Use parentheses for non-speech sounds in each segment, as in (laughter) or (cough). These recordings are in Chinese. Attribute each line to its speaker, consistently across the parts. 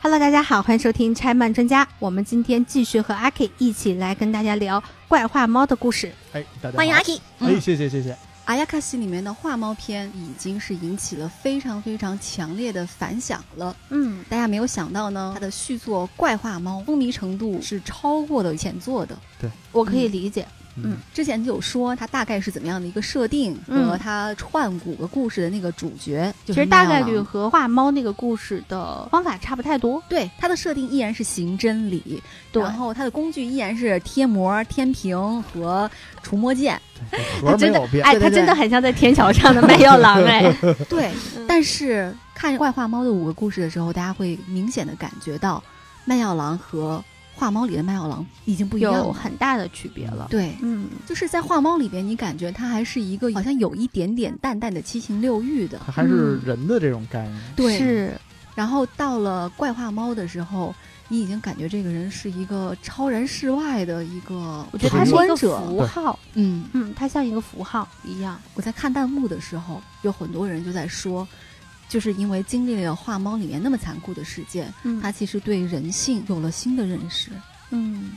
Speaker 1: Hello，大家好，欢迎收听拆漫专家。我们今天继续和阿 K 一起来跟大家聊怪画猫的故事。
Speaker 2: 哎，大家
Speaker 3: 欢迎
Speaker 2: 好
Speaker 3: 阿 K。
Speaker 1: 嗯
Speaker 2: 哎，谢谢谢谢。
Speaker 4: 阿亚卡西里面的画猫篇已经是引起了非常非常强烈的反响了。
Speaker 1: 嗯，
Speaker 4: 大家没有想到呢，它的续作《怪画猫》风靡程度是超过了前作的。
Speaker 1: 我可以理解。
Speaker 2: 嗯，
Speaker 4: 之前就有说它大概是怎么样的一个设定，
Speaker 1: 嗯
Speaker 4: 和它串五个故事的那个主角，就
Speaker 1: 其
Speaker 4: 是
Speaker 1: 实大
Speaker 4: 妙
Speaker 1: 概
Speaker 4: 郎
Speaker 1: 率和画猫那个故事的方法差不太多。
Speaker 4: 对它的设定依然是刑侦里，
Speaker 1: 对
Speaker 4: 然后它的工具依然是贴膜、天平和除魔剑。
Speaker 2: 对核没
Speaker 1: 真的
Speaker 2: 有变，
Speaker 1: 哎，
Speaker 4: 对对
Speaker 1: 他真的
Speaker 4: 对
Speaker 1: 很像在天桥上的卖药郎哎。
Speaker 4: 对
Speaker 1: 嗯，
Speaker 4: 但是看《怪画猫》的五个故事的时候，大家会明显的感觉到卖药郎和画猫里的卖药郎已经不一样
Speaker 1: 有
Speaker 4: 了。
Speaker 1: 很大的区别了。
Speaker 4: 对，
Speaker 1: 嗯，
Speaker 4: 就是在画猫里边，你感觉它还是一个好像有一点点淡淡的七情六欲的。
Speaker 2: 还还是人的这种概念。
Speaker 4: 对，
Speaker 1: 是，
Speaker 4: 然后到了怪画猫的时候，你已经感觉这个人是一个超然世外的一个
Speaker 1: 我觉得它是一
Speaker 4: 观
Speaker 1: 个
Speaker 4: 者。
Speaker 1: 符号，
Speaker 4: 嗯，
Speaker 1: 嗯，它像一个符号一样。
Speaker 4: 我在看弹幕的时候，有很多人就在说，就是因为经历了画猫里面那么残酷的事件，
Speaker 1: 嗯
Speaker 4: 他其实对人性有了新的认识。
Speaker 1: 嗯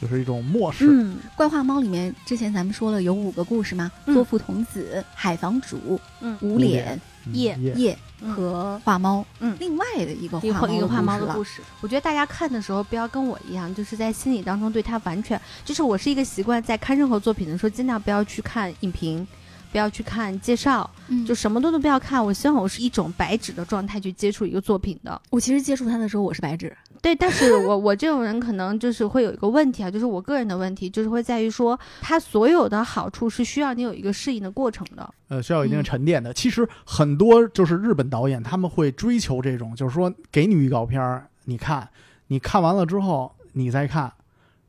Speaker 2: 就是一种漠视。
Speaker 1: 嗯
Speaker 4: 怪画猫里面之前咱们说了有五个故事嘛，
Speaker 1: 嗯
Speaker 4: 作父童子、海房主、
Speaker 1: 嗯
Speaker 4: 无
Speaker 2: 无
Speaker 4: 脸
Speaker 2: 脸、嗯
Speaker 1: 夜
Speaker 2: 夜
Speaker 4: 夜
Speaker 1: 嗯
Speaker 4: 和画猫。
Speaker 1: 嗯
Speaker 4: 另外的一个
Speaker 1: 一
Speaker 4: 画
Speaker 1: 个一个画猫
Speaker 4: 猫
Speaker 1: 的故
Speaker 4: 事
Speaker 1: 事，我觉得大家看的时候不要跟我一样，就是在心理当中对它完全，就是我是一个习惯在看任何作品的时候，尽量不要去看影评，不要去看介绍，
Speaker 4: 了。嗯，
Speaker 1: 就
Speaker 4: 就是
Speaker 1: 什么都都不要看。我希望我是一种白纸的状态去接触一个作品的。
Speaker 4: 我其实接触它的时候，我是白纸。
Speaker 1: 对，但是我我这种人可能就是会有一个问题啊，就是我个人的问题，就是会在于说，它所有的好处是需要你有一个适应的过程的。
Speaker 2: 呃，需要有一定
Speaker 4: 嗯
Speaker 2: 沉淀的。其实很多就是日本导演他们会追求这种，就是说给你预告片儿，你看，你看完了之后你再看，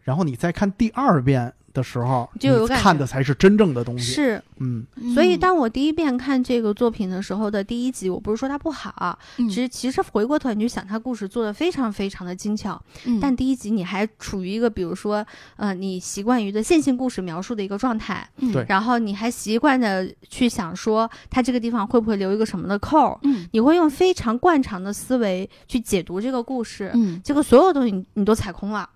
Speaker 2: 然后你再看第二遍的时候，
Speaker 1: 就有
Speaker 2: 你
Speaker 1: 感觉
Speaker 2: 看的才是真正的东西。
Speaker 1: 是，
Speaker 2: 嗯，
Speaker 1: 所以当我第一遍看这个作品的时候的第一集，我不是说它不好啊，
Speaker 4: 嗯
Speaker 1: 其实其实回过头你去想，它故事做的非常非常的精巧，
Speaker 4: 嗯
Speaker 1: 但第一集你还处于一个比如说，呃，你习惯于的线性故事描述的一个状态，
Speaker 4: 嗯
Speaker 2: 对
Speaker 1: 然后你还习惯的去想说，它这个地方会不会留一个什么的扣儿，
Speaker 4: 嗯
Speaker 1: 你会用非常惯常的思维去解读这个故事，
Speaker 4: 嗯
Speaker 1: 结果所有东西你你都踩空了。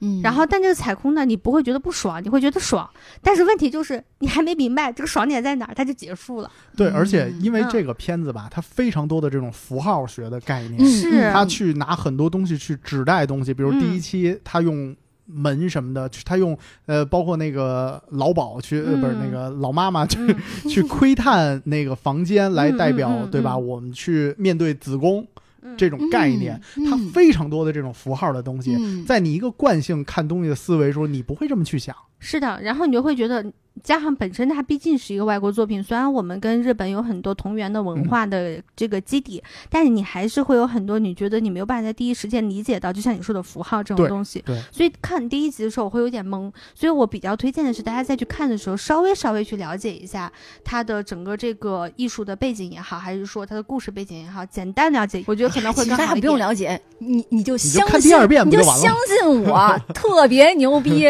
Speaker 4: 嗯，
Speaker 1: 然后，但这个踩空呢，你不会觉得不爽，你会觉得爽。但是问题就是，你还没明白这个爽点在哪儿，它就结束
Speaker 4: (laughs)
Speaker 1: 了。
Speaker 2: 对，
Speaker 4: 嗯
Speaker 2: 而且因为
Speaker 1: 嗯
Speaker 2: 这个片子吧，它非常多的这种符号学的概念，
Speaker 4: 嗯
Speaker 1: 是
Speaker 2: 他去拿很多东西去指代东西，比如第一
Speaker 1: 嗯
Speaker 2: 期他用门什么的，去他用呃，包括那个老鸨去，呃不是
Speaker 1: 嗯
Speaker 2: 那个老妈妈去、
Speaker 1: 嗯，
Speaker 2: (laughs) 去窥探那个房间来代表，
Speaker 1: 嗯嗯嗯
Speaker 2: 对吧？
Speaker 1: 嗯
Speaker 2: 我们去面对子宫
Speaker 1: 嗯
Speaker 2: 这种概念，，它
Speaker 4: 嗯
Speaker 2: 非常多的这种符号的东西。
Speaker 4: 嗯
Speaker 2: 在你一个惯性看东西的思维的时候，你不会这么去想。
Speaker 1: 是的，然后你就会觉得，加上本身它毕竟是一个外国作品，虽然我们跟日本有很多同源的文
Speaker 2: 嗯
Speaker 1: 化的这个基底，但是你还是会有很多你觉得你没有办法在第一时间理解到，就像你说的符号这种
Speaker 2: 对
Speaker 1: 东西。
Speaker 2: 对
Speaker 1: 所以看第一集的时候，我会有点懵，所以我比较推荐的是大家再去看的时候，稍微稍微去了解一下它的整个这个艺术的背景也好，还是说它的故事背景也好，简单了解，我觉得可能会
Speaker 4: 其
Speaker 1: 更
Speaker 4: 实大
Speaker 1: 好
Speaker 4: 家
Speaker 1: 一
Speaker 4: 不用
Speaker 1: 点。
Speaker 4: 了解，你你就
Speaker 2: 就
Speaker 4: 相
Speaker 2: 看第
Speaker 4: 信，
Speaker 2: 二遍不
Speaker 4: 你
Speaker 2: 就
Speaker 4: 就
Speaker 2: 完了
Speaker 4: 相
Speaker 2: 吗
Speaker 4: 信
Speaker 2: (laughs)
Speaker 4: 我特别牛逼，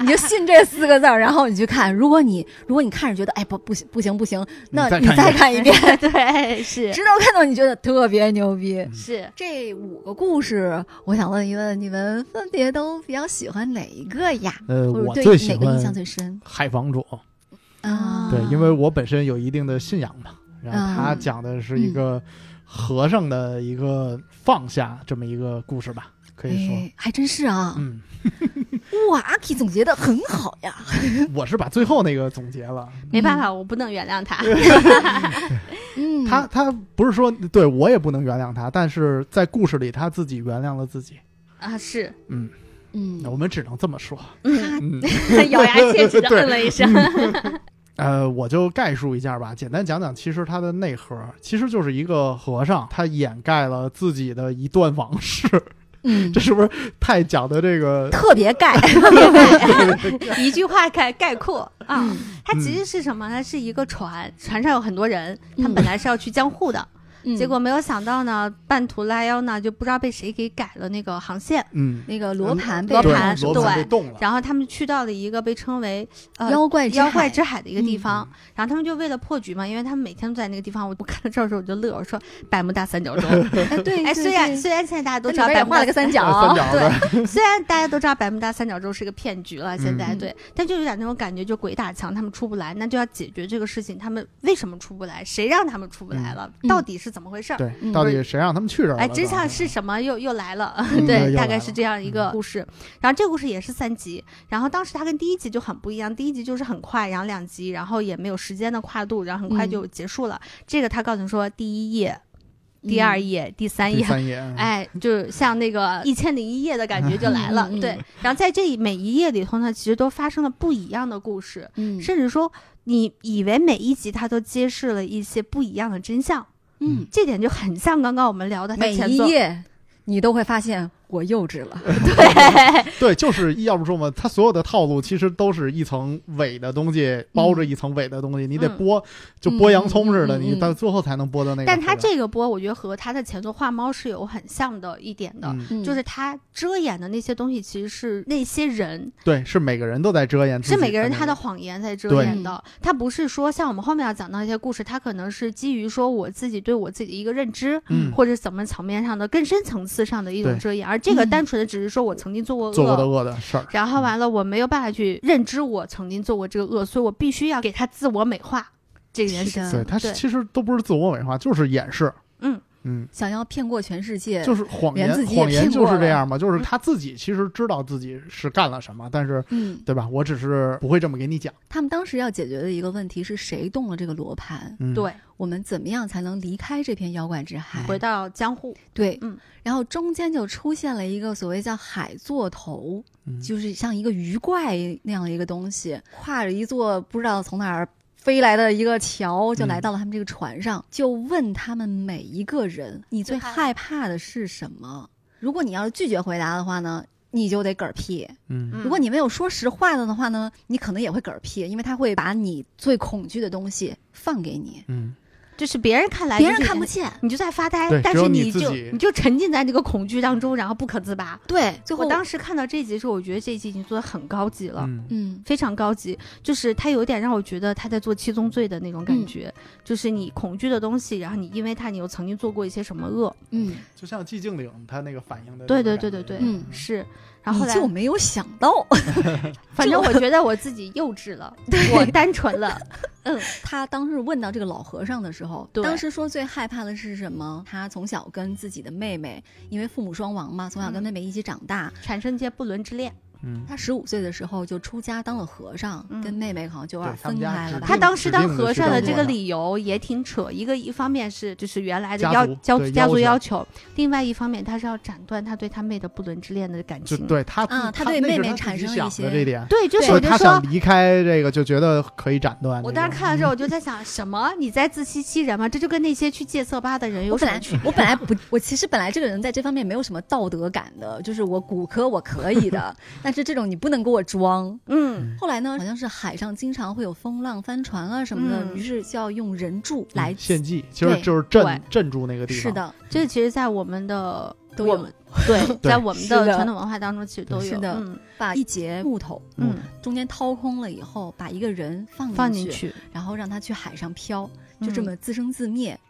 Speaker 4: 你就信这四个字儿，然后你去看。如果你如果你看着觉得哎不不行不行不行，那
Speaker 2: 再
Speaker 4: 你
Speaker 2: 看一
Speaker 4: 再
Speaker 2: 遍 (laughs)
Speaker 4: 看一遍，
Speaker 1: (laughs) 对，是
Speaker 4: 直到看到你觉得特别牛逼。
Speaker 1: 是，
Speaker 4: 这五个故事，我想问一问你们分别都比较喜欢哪一个呀？ (laughs)
Speaker 2: 呃，
Speaker 4: 或
Speaker 2: 我
Speaker 4: 者
Speaker 2: 最
Speaker 4: 对
Speaker 2: 喜
Speaker 4: 哪个印
Speaker 2: 欢
Speaker 4: 象最深
Speaker 2: 海房主，
Speaker 1: 啊
Speaker 2: 对，因为我本身有一定的信仰嘛，然后他
Speaker 4: 嗯
Speaker 2: 讲的是一个和尚的一个放下这么一个故事吧，可以说，
Speaker 4: 哎，还真是啊！
Speaker 2: 嗯，
Speaker 4: 哇，阿 K 总结的很好呀。
Speaker 2: 我是把最后那个总结了。
Speaker 1: 没办法，我不能原谅他。
Speaker 4: 嗯，
Speaker 2: 他他不是说对我也不能原谅他，但是在故事里他自己原谅了自己。
Speaker 1: (laughs) 啊，是，
Speaker 2: 嗯，
Speaker 4: 嗯，
Speaker 2: 我们只能这么
Speaker 4: (laughs)
Speaker 2: 说。
Speaker 1: 嗯，
Speaker 2: 嗯， (laughs)
Speaker 1: 咬牙切齿的嗯了一声。
Speaker 2: 呃，我就概述一下吧，简单讲讲，其实它的内核其实就是一个和尚，他掩盖了自己的一段往事，(laughs)
Speaker 4: 嗯
Speaker 2: 这是不是太讲的这个？
Speaker 4: 特别盖。
Speaker 1: (laughs) 一句话概概括啊
Speaker 4: 嗯，
Speaker 1: 它其实是什么？它是一个船，船上有很多人，他
Speaker 4: 嗯
Speaker 1: 本来是要去江户的，
Speaker 4: (laughs) 嗯
Speaker 1: 结果没有想到呢，半途拉腰呢，就不知道被谁给改了那个航线，
Speaker 2: 嗯，
Speaker 4: 那个罗盘被
Speaker 1: 罗
Speaker 2: 对
Speaker 1: 盘
Speaker 2: 罗盘被动了，
Speaker 1: 然后他们去到了一个被称为呃
Speaker 4: 妖怪
Speaker 1: 妖怪
Speaker 4: 海
Speaker 1: 之海的一个地方，
Speaker 2: 嗯
Speaker 1: 然后他们就为了破局嘛，因为他们每天都在那个地方。我我看到这儿的时候我就乐，我说百慕大三
Speaker 4: (laughs)
Speaker 1: 角洲。
Speaker 4: 哎对，
Speaker 1: 哎，
Speaker 4: 对
Speaker 1: 虽然
Speaker 4: 对
Speaker 1: 虽然现在大家都知
Speaker 4: 它
Speaker 1: 道
Speaker 4: 里边
Speaker 1: 百
Speaker 4: 也
Speaker 1: 慕
Speaker 4: 画
Speaker 1: 大
Speaker 4: 了个三角，哦
Speaker 2: 三角
Speaker 1: 对
Speaker 2: 的，
Speaker 1: (laughs) 虽然大家都知道百慕大三角洲是个骗局了，现在、
Speaker 4: 嗯
Speaker 1: 对，但就有点那种感觉，就鬼打墙，他们出不来，那就要解决这个事情，他们为什么出不来？谁让他们出不来了？
Speaker 4: 嗯
Speaker 1: 到底是怎么回事儿？
Speaker 2: 对，
Speaker 4: 嗯
Speaker 2: 到底谁让他们去这儿了？
Speaker 1: 哎，职场是什么？又又来了， (laughs)
Speaker 2: 嗯
Speaker 1: 对，
Speaker 2: 又
Speaker 1: 大
Speaker 2: 来
Speaker 1: 概
Speaker 2: 了
Speaker 1: 是这样一个故事。然后这个故事也是三集，然后当时它跟第一集就很不一样，第一集就是很快，然后两集，然后也没有时间的跨度，然后很快
Speaker 4: 嗯
Speaker 1: 就结束了。这个他告诉你说，第一页、第二
Speaker 4: 嗯
Speaker 1: 页、第三
Speaker 2: 第
Speaker 1: 页。
Speaker 2: 三页，嗯，
Speaker 1: 哎，就是像那个一千零一夜的感觉就来了，
Speaker 4: 嗯嗯嗯
Speaker 1: 对。然后在这一每一页里头呢，其实都发生了不一样的故事，
Speaker 4: (laughs) 嗯
Speaker 1: 甚至说你以为每一集它都揭示了一些不一样的真相，
Speaker 4: 嗯，
Speaker 1: 这点就很像刚刚我们聊的它
Speaker 4: 每
Speaker 1: 前
Speaker 4: 一
Speaker 1: 作
Speaker 4: 页你都会发现我幼稚了，
Speaker 2: 对，就是要不说嘛，它所有的套路其实都是一层伪的东西包着一层伪的东西，你得
Speaker 1: 嗯
Speaker 2: 剥，就剥洋葱似的，
Speaker 4: 嗯嗯嗯嗯
Speaker 2: 你到最后才能剥到那个回来。
Speaker 1: 但他这个波，我觉得和他的前作《画猫》是有很像的一点的，
Speaker 2: 嗯，
Speaker 4: (laughs) 嗯
Speaker 1: 就是他遮掩的那些东西，其实是那些人，
Speaker 2: 对，是每个人都在遮掩自己
Speaker 1: 是
Speaker 2: 那个，
Speaker 1: 每个人他的谎言在遮
Speaker 2: 对
Speaker 1: 掩的。他不是说像我们后面要讲到一些故事，他可能是基于说我自己对我自己的一个认知。
Speaker 2: 嗯
Speaker 1: 或者怎么层面上的更深层次上的一种
Speaker 2: 对
Speaker 1: 遮掩，而这个
Speaker 4: 嗯
Speaker 1: 单纯的只是说我曾经做过恶，
Speaker 2: 做过的恶的嗯事儿，
Speaker 1: 然后完了我没有办法去认知我曾经做过这个恶，所以我必须要给他自我美化这件事
Speaker 4: 是的
Speaker 1: 情。
Speaker 2: 对他
Speaker 1: 嗯对
Speaker 2: 其实都不是自我美化，就是掩饰。
Speaker 1: 嗯
Speaker 2: 嗯，
Speaker 4: 想要骗过全世界，
Speaker 2: 就是谎
Speaker 4: 连自
Speaker 2: 言，
Speaker 4: 己也
Speaker 2: 谎言
Speaker 4: 骗
Speaker 2: 就
Speaker 4: 过
Speaker 2: 是这
Speaker 4: 了
Speaker 2: 样嘛，
Speaker 1: 嗯
Speaker 2: 就是他自己其实知道自己是干了什么，但是
Speaker 4: 嗯，
Speaker 2: 对吧？我只是不会这么给你讲。
Speaker 4: 他们当时要解决的一个问题是谁动了这个罗盘，
Speaker 2: 嗯，
Speaker 1: 对，
Speaker 4: 我们怎么样才能离开这片妖怪之海？
Speaker 1: 回到江户，
Speaker 4: 对，
Speaker 1: 嗯，
Speaker 4: 然后中间就出现了一个所谓叫海座头，
Speaker 2: 嗯
Speaker 4: 就是像一个鱼怪那样的一个东西，跨着一座不知道从哪儿飞来的一个桥，就来到了他们这个船上，就问他们每一个人：“你最
Speaker 1: 最害
Speaker 4: 害怕的是什么？”如果你要是拒绝回答的话呢，你就得嗝屁；
Speaker 2: 嗯
Speaker 1: 嗯
Speaker 4: 如果你没有说实话的话呢，你可能也会嗝屁，因为他会把你最恐惧的东西放给你，
Speaker 2: 嗯，
Speaker 1: 就是别人看来嗯
Speaker 4: 别
Speaker 1: 就
Speaker 4: 人
Speaker 1: 是
Speaker 4: 看不见。
Speaker 1: 你就在发呆
Speaker 2: 对，
Speaker 1: 但
Speaker 2: 只有
Speaker 1: 是
Speaker 2: 你自
Speaker 1: 就
Speaker 2: 己
Speaker 1: 你就沉浸在那个恐惧当中，然后不可自拔。
Speaker 4: 对，最后
Speaker 1: 我当时看到这集的时候，我觉得这一集已经做的很高级了。
Speaker 2: 嗯
Speaker 4: 嗯
Speaker 1: 非常高级，就是它有点让我觉得他在做七宗罪的那种感觉，就是你恐惧的东西，然后你因为它，你又曾经做过一些什么恶，
Speaker 4: 嗯，
Speaker 2: 就像寂静岭他那个反应的那
Speaker 1: 对
Speaker 2: 种
Speaker 1: 对
Speaker 2: 感觉，
Speaker 1: 对对对，
Speaker 4: 嗯
Speaker 1: 是。然后后
Speaker 4: 你
Speaker 1: 来，
Speaker 4: 就没有想到。
Speaker 1: 反正我觉得我自己幼稚了，我单纯了，
Speaker 4: 他当时问到这个老和尚的时候，
Speaker 1: 对
Speaker 4: 当时说最害怕的是什么？他从小跟自己的妹妹，因为父母双亡嘛，从小跟
Speaker 1: 嗯
Speaker 4: 妹妹一起长大。
Speaker 1: 产生一些不伦之恋。
Speaker 2: 嗯，
Speaker 4: 他十五岁的时候就出家当了和尚，
Speaker 1: 嗯
Speaker 4: 跟妹妹好像就有点
Speaker 2: 对他们
Speaker 4: 分
Speaker 2: 家
Speaker 4: 开了
Speaker 2: 是
Speaker 4: 吧。
Speaker 1: 他
Speaker 2: 这
Speaker 1: 当
Speaker 2: 个
Speaker 1: 时
Speaker 2: 指定
Speaker 1: 当
Speaker 2: 的
Speaker 1: 和
Speaker 2: 是
Speaker 1: 尚
Speaker 2: 这
Speaker 1: 的
Speaker 2: 么
Speaker 1: 这
Speaker 2: 做
Speaker 1: 个
Speaker 2: 的
Speaker 1: 理由也挺扯，一个一方面是就是原来的
Speaker 2: 家
Speaker 1: 要
Speaker 2: 族
Speaker 1: 家
Speaker 2: 对
Speaker 1: 家族
Speaker 2: 要
Speaker 1: 要求，另外一方面他是要斩断他对他妹的不伦之恋的感
Speaker 2: 就
Speaker 1: 情。
Speaker 2: 对他自
Speaker 1: 嗯
Speaker 4: 啊他
Speaker 2: 他
Speaker 4: 对
Speaker 2: 那
Speaker 4: 妹
Speaker 2: 是
Speaker 4: 妹
Speaker 2: 他自
Speaker 4: 产
Speaker 2: 己
Speaker 4: 生了一
Speaker 2: 想的
Speaker 4: 些
Speaker 2: 这点，
Speaker 1: 对就是
Speaker 2: 所
Speaker 1: 我
Speaker 2: 以
Speaker 1: 就
Speaker 2: 他
Speaker 1: 说
Speaker 2: 想，离开这个，就觉得可以斩断。嗯
Speaker 1: 我当时看了之后我就在想，什么你在自欺欺人吗？这就跟那些去戒色吧的人有
Speaker 4: 我
Speaker 1: 什么
Speaker 4: 本来
Speaker 1: 区别？
Speaker 4: 我本来不，我其实本来这个人在这方面没有什么道德感的，就是我骨科我可
Speaker 1: (laughs)
Speaker 4: 以的，但是这种你不能给我装。
Speaker 1: 嗯，
Speaker 4: 后来呢，好像是海上经常会有风浪、帆船啊什么的，
Speaker 1: 嗯
Speaker 4: 于是就要用人柱
Speaker 2: 嗯
Speaker 4: 来。
Speaker 2: 献祭，其实
Speaker 4: 对
Speaker 2: 就是
Speaker 1: 对
Speaker 2: 镇镇住那个地方。
Speaker 4: 是，的，
Speaker 1: 这其实，在我们
Speaker 2: (laughs)
Speaker 1: 的
Speaker 4: 都有
Speaker 1: 我们对，在我们的
Speaker 4: 是的
Speaker 1: 传统文化当中，其实都有。
Speaker 4: 是的
Speaker 1: 嗯
Speaker 4: 把一节木头
Speaker 1: 嗯，
Speaker 4: 中间掏空了以后，把一个人
Speaker 2: 嗯
Speaker 4: 放进去，
Speaker 1: 放进去，
Speaker 4: 然后让他去海上漂，就这么自生自灭。
Speaker 1: 嗯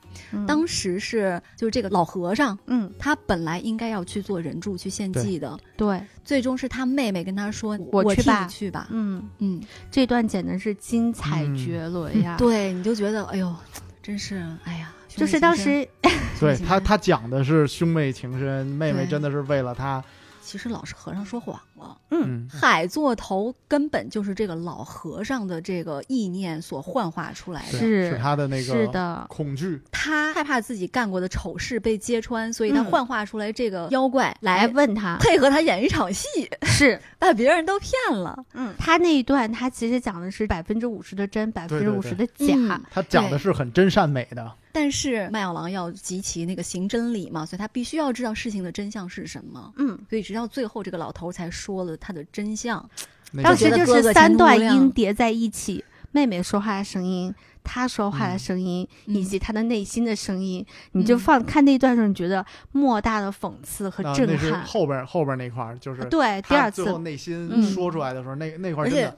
Speaker 4: 当时是就是这个老和尚，
Speaker 1: 嗯，
Speaker 4: 他本来应该要去做人柱去献祭的，
Speaker 1: 对，嗯
Speaker 4: 最终是他妹妹跟他说：“
Speaker 1: 我
Speaker 4: 我
Speaker 1: 去
Speaker 4: 替
Speaker 1: 吧
Speaker 4: 你去吧。
Speaker 1: 嗯，
Speaker 4: 嗯，
Speaker 1: 这段简直是精彩
Speaker 2: 嗯
Speaker 1: 绝伦呀！
Speaker 4: 对，你就觉得哎呦，真是哎呀，兄
Speaker 1: 就
Speaker 4: 弟
Speaker 1: 是当
Speaker 4: 情深
Speaker 1: 时
Speaker 2: 对
Speaker 4: 兄弟情
Speaker 2: 他
Speaker 4: 深
Speaker 2: 他讲的是兄妹情深，妹妹
Speaker 4: 对
Speaker 2: 真的是为了他，
Speaker 4: 其实老是和尚说谎了。
Speaker 2: 嗯，
Speaker 4: 海座头根本就是这个老和尚的这个意念所幻化出来的。
Speaker 2: 是
Speaker 1: 是
Speaker 2: 他的那
Speaker 1: 是
Speaker 2: 个
Speaker 1: 的，
Speaker 2: 恐惧，
Speaker 4: 他害怕自己干过的丑事被揭穿，所以他
Speaker 1: 嗯
Speaker 4: 幻化出来这个妖怪
Speaker 1: 来
Speaker 4: 来
Speaker 1: 问他
Speaker 4: 配合他演一场 (laughs) 戏，
Speaker 1: 是
Speaker 4: 把别人都骗了。
Speaker 1: 嗯，他那一段他其实讲的是百分之五十的真，百分
Speaker 2: 对
Speaker 1: 之
Speaker 2: 对
Speaker 1: 五十的假。
Speaker 4: 嗯
Speaker 2: 他讲的是很真善美的。
Speaker 4: 但是麦小狼要集齐那个行真理嘛，所以他必须要知道事情的真相是什么。
Speaker 1: 嗯，
Speaker 4: 所以直到最后，这个老头才说了他的真相。
Speaker 2: 那
Speaker 1: 当
Speaker 2: 个
Speaker 1: 时
Speaker 4: 觉得
Speaker 1: 就
Speaker 4: 哥
Speaker 1: 是
Speaker 4: 哥
Speaker 1: 三
Speaker 4: 前途无
Speaker 1: 段
Speaker 4: 量
Speaker 1: 音叠在一起，妹妹说话的声音，她说话的声音，
Speaker 4: 嗯
Speaker 1: 以及她的内心的声音，你就
Speaker 4: 嗯
Speaker 1: 放看那段时候，你觉得莫大的讽刺和
Speaker 2: 啊那
Speaker 1: 震
Speaker 2: 那是
Speaker 1: 撼。
Speaker 2: 后边后边那块儿，就是
Speaker 1: 对，第
Speaker 2: 他
Speaker 1: 二
Speaker 2: 最
Speaker 1: 次
Speaker 2: 后内心
Speaker 1: 嗯
Speaker 2: 说出来的时候，那那块儿
Speaker 4: 而
Speaker 2: 真
Speaker 4: 且
Speaker 2: 的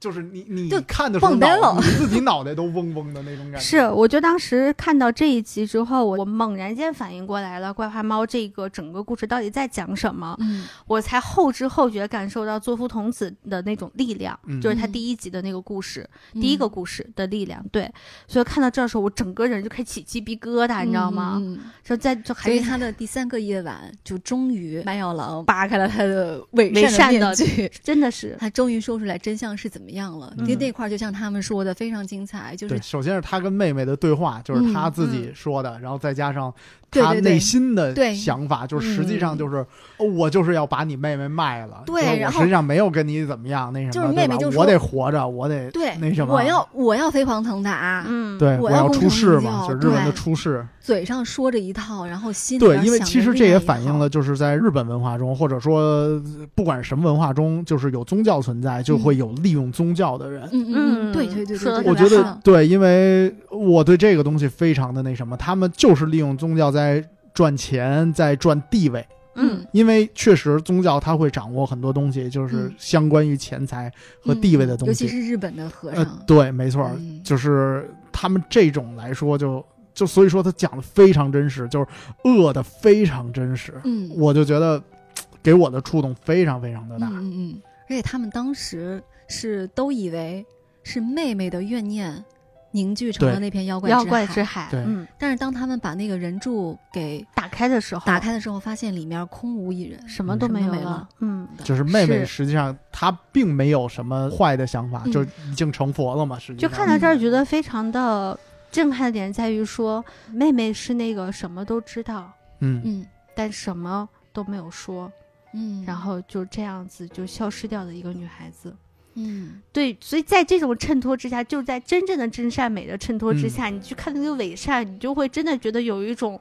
Speaker 2: 就是你你
Speaker 4: 就
Speaker 2: 看的时候
Speaker 4: 蹦呆
Speaker 2: 脑
Speaker 4: 了
Speaker 2: 你自己脑袋都嗡嗡的那种
Speaker 4: (laughs)
Speaker 2: 感觉。
Speaker 1: 是，我就当时看到这一集之后，我猛然间反应过来了，《怪花猫》这个整个故事到底在讲什么？
Speaker 4: 嗯
Speaker 1: 我才后知后觉感受到作夫童子的那种力量，
Speaker 2: 嗯
Speaker 1: 就是他
Speaker 4: 嗯
Speaker 1: 第一集的那个故事，第一个
Speaker 4: 嗯
Speaker 1: 故事的力量。对，所以看到这儿的时候，我整个人就开始起鸡皮疙瘩，你知道吗？
Speaker 4: 嗯嗯嗯
Speaker 1: 就在就还
Speaker 4: 所以
Speaker 1: 是
Speaker 4: 他的第三个夜晚，就终于麦药 (laughs) 郎扒开了他的伪
Speaker 1: 伪善
Speaker 4: 善的面
Speaker 1: 的
Speaker 4: 具，
Speaker 1: 真的是
Speaker 4: (laughs) 他终于说出来真相是怎么样了。
Speaker 2: 嗯
Speaker 4: 因为那块儿就像他们说的非常精彩，就是
Speaker 2: 对，首先是他跟妹妹的对话，就是
Speaker 4: 嗯
Speaker 2: 他自己说的，然后再加上
Speaker 4: 对
Speaker 2: 他
Speaker 4: 对对
Speaker 2: 内心的
Speaker 4: 对
Speaker 2: 想法，就是实际上
Speaker 4: 嗯
Speaker 2: 就是、哦我就是要把你妹妹卖了，
Speaker 4: 对
Speaker 2: 就是我
Speaker 4: 然后
Speaker 2: 实际上没有跟你怎么样，那什么，
Speaker 4: 就是妹
Speaker 2: 对吧
Speaker 4: 妹就说
Speaker 2: 我得活着，我得
Speaker 4: 对
Speaker 2: 那什么，
Speaker 4: 我要我要飞黄腾达，
Speaker 1: 嗯，
Speaker 2: 对
Speaker 4: 我要
Speaker 2: 要
Speaker 4: 功
Speaker 2: 出
Speaker 4: 成
Speaker 2: 世
Speaker 4: 名
Speaker 2: 嘛，
Speaker 4: 就
Speaker 2: 就是日本的
Speaker 4: 对
Speaker 2: 出世，
Speaker 4: 嘴上说着一套，然后心里
Speaker 2: 对，
Speaker 4: 边
Speaker 2: 因为
Speaker 4: 想
Speaker 2: 其
Speaker 4: 着
Speaker 2: 实
Speaker 4: 另
Speaker 2: 这也
Speaker 4: 外一
Speaker 2: 反映
Speaker 4: 套
Speaker 2: 了，就是在日本文化中，或者说呃不管什么文化中，就是有宗教存在，就会有利用宗教的人。
Speaker 4: 嗯嗯嗯，对
Speaker 1: 嗯
Speaker 4: 对对对，
Speaker 1: 说得
Speaker 4: 对
Speaker 2: 我
Speaker 1: 特
Speaker 2: 觉
Speaker 1: 别
Speaker 4: 是
Speaker 1: 好
Speaker 2: 得对，因为我对这个东西非常的那什么，他们就是利用宗教在赚钱，在赚地位。
Speaker 1: 嗯，
Speaker 2: 因为确实宗教它会掌握很多东西，就是
Speaker 4: 嗯
Speaker 2: 相关于钱财和地位的
Speaker 4: 嗯
Speaker 2: 东
Speaker 4: 尤
Speaker 2: 西。
Speaker 4: 其是日本的和
Speaker 2: 呃
Speaker 4: 尚，，
Speaker 2: 对，没错，
Speaker 4: 嗯
Speaker 2: 就是他们这种来说就，就所以说他讲的非常真实，就是恶的非常真实。
Speaker 4: 嗯，
Speaker 2: 我就觉得给我的触动非常非常的
Speaker 4: 嗯
Speaker 2: 大。
Speaker 4: 嗯嗯，而且他们当时是都以为是妹妹的怨念凝聚成了
Speaker 2: 对
Speaker 4: 那片嗯妖怪
Speaker 1: 妖怪
Speaker 4: 之
Speaker 1: 之
Speaker 4: 海，
Speaker 1: 海，
Speaker 2: 对
Speaker 1: 嗯，
Speaker 4: 但是当他们把那个人柱给
Speaker 1: 打开的时候，
Speaker 4: 打开的时候，发现里面空无一人。
Speaker 1: 什么都
Speaker 4: 什
Speaker 1: 没
Speaker 4: 么
Speaker 1: 有
Speaker 4: 没
Speaker 1: 了
Speaker 4: 了，
Speaker 1: 嗯，
Speaker 2: 就是妹妹
Speaker 1: 是
Speaker 2: 实际上她并没有什么坏的想法，
Speaker 4: 嗯
Speaker 2: 就已经成佛了嘛。实际
Speaker 1: 就
Speaker 2: 上
Speaker 1: 看到这儿觉得非常的震撼的点在于说，妹妹是那个什么都知道，
Speaker 2: 嗯，
Speaker 4: 嗯
Speaker 1: 但什么都没有说，
Speaker 4: 嗯，
Speaker 1: 然后就这样子就消失掉的一个女孩子。
Speaker 4: 嗯
Speaker 1: 对，所以在这种衬托之下，就在真正的真善美的衬托之
Speaker 2: 嗯
Speaker 1: 下，你去看那个伪善，你就会真的觉得有一种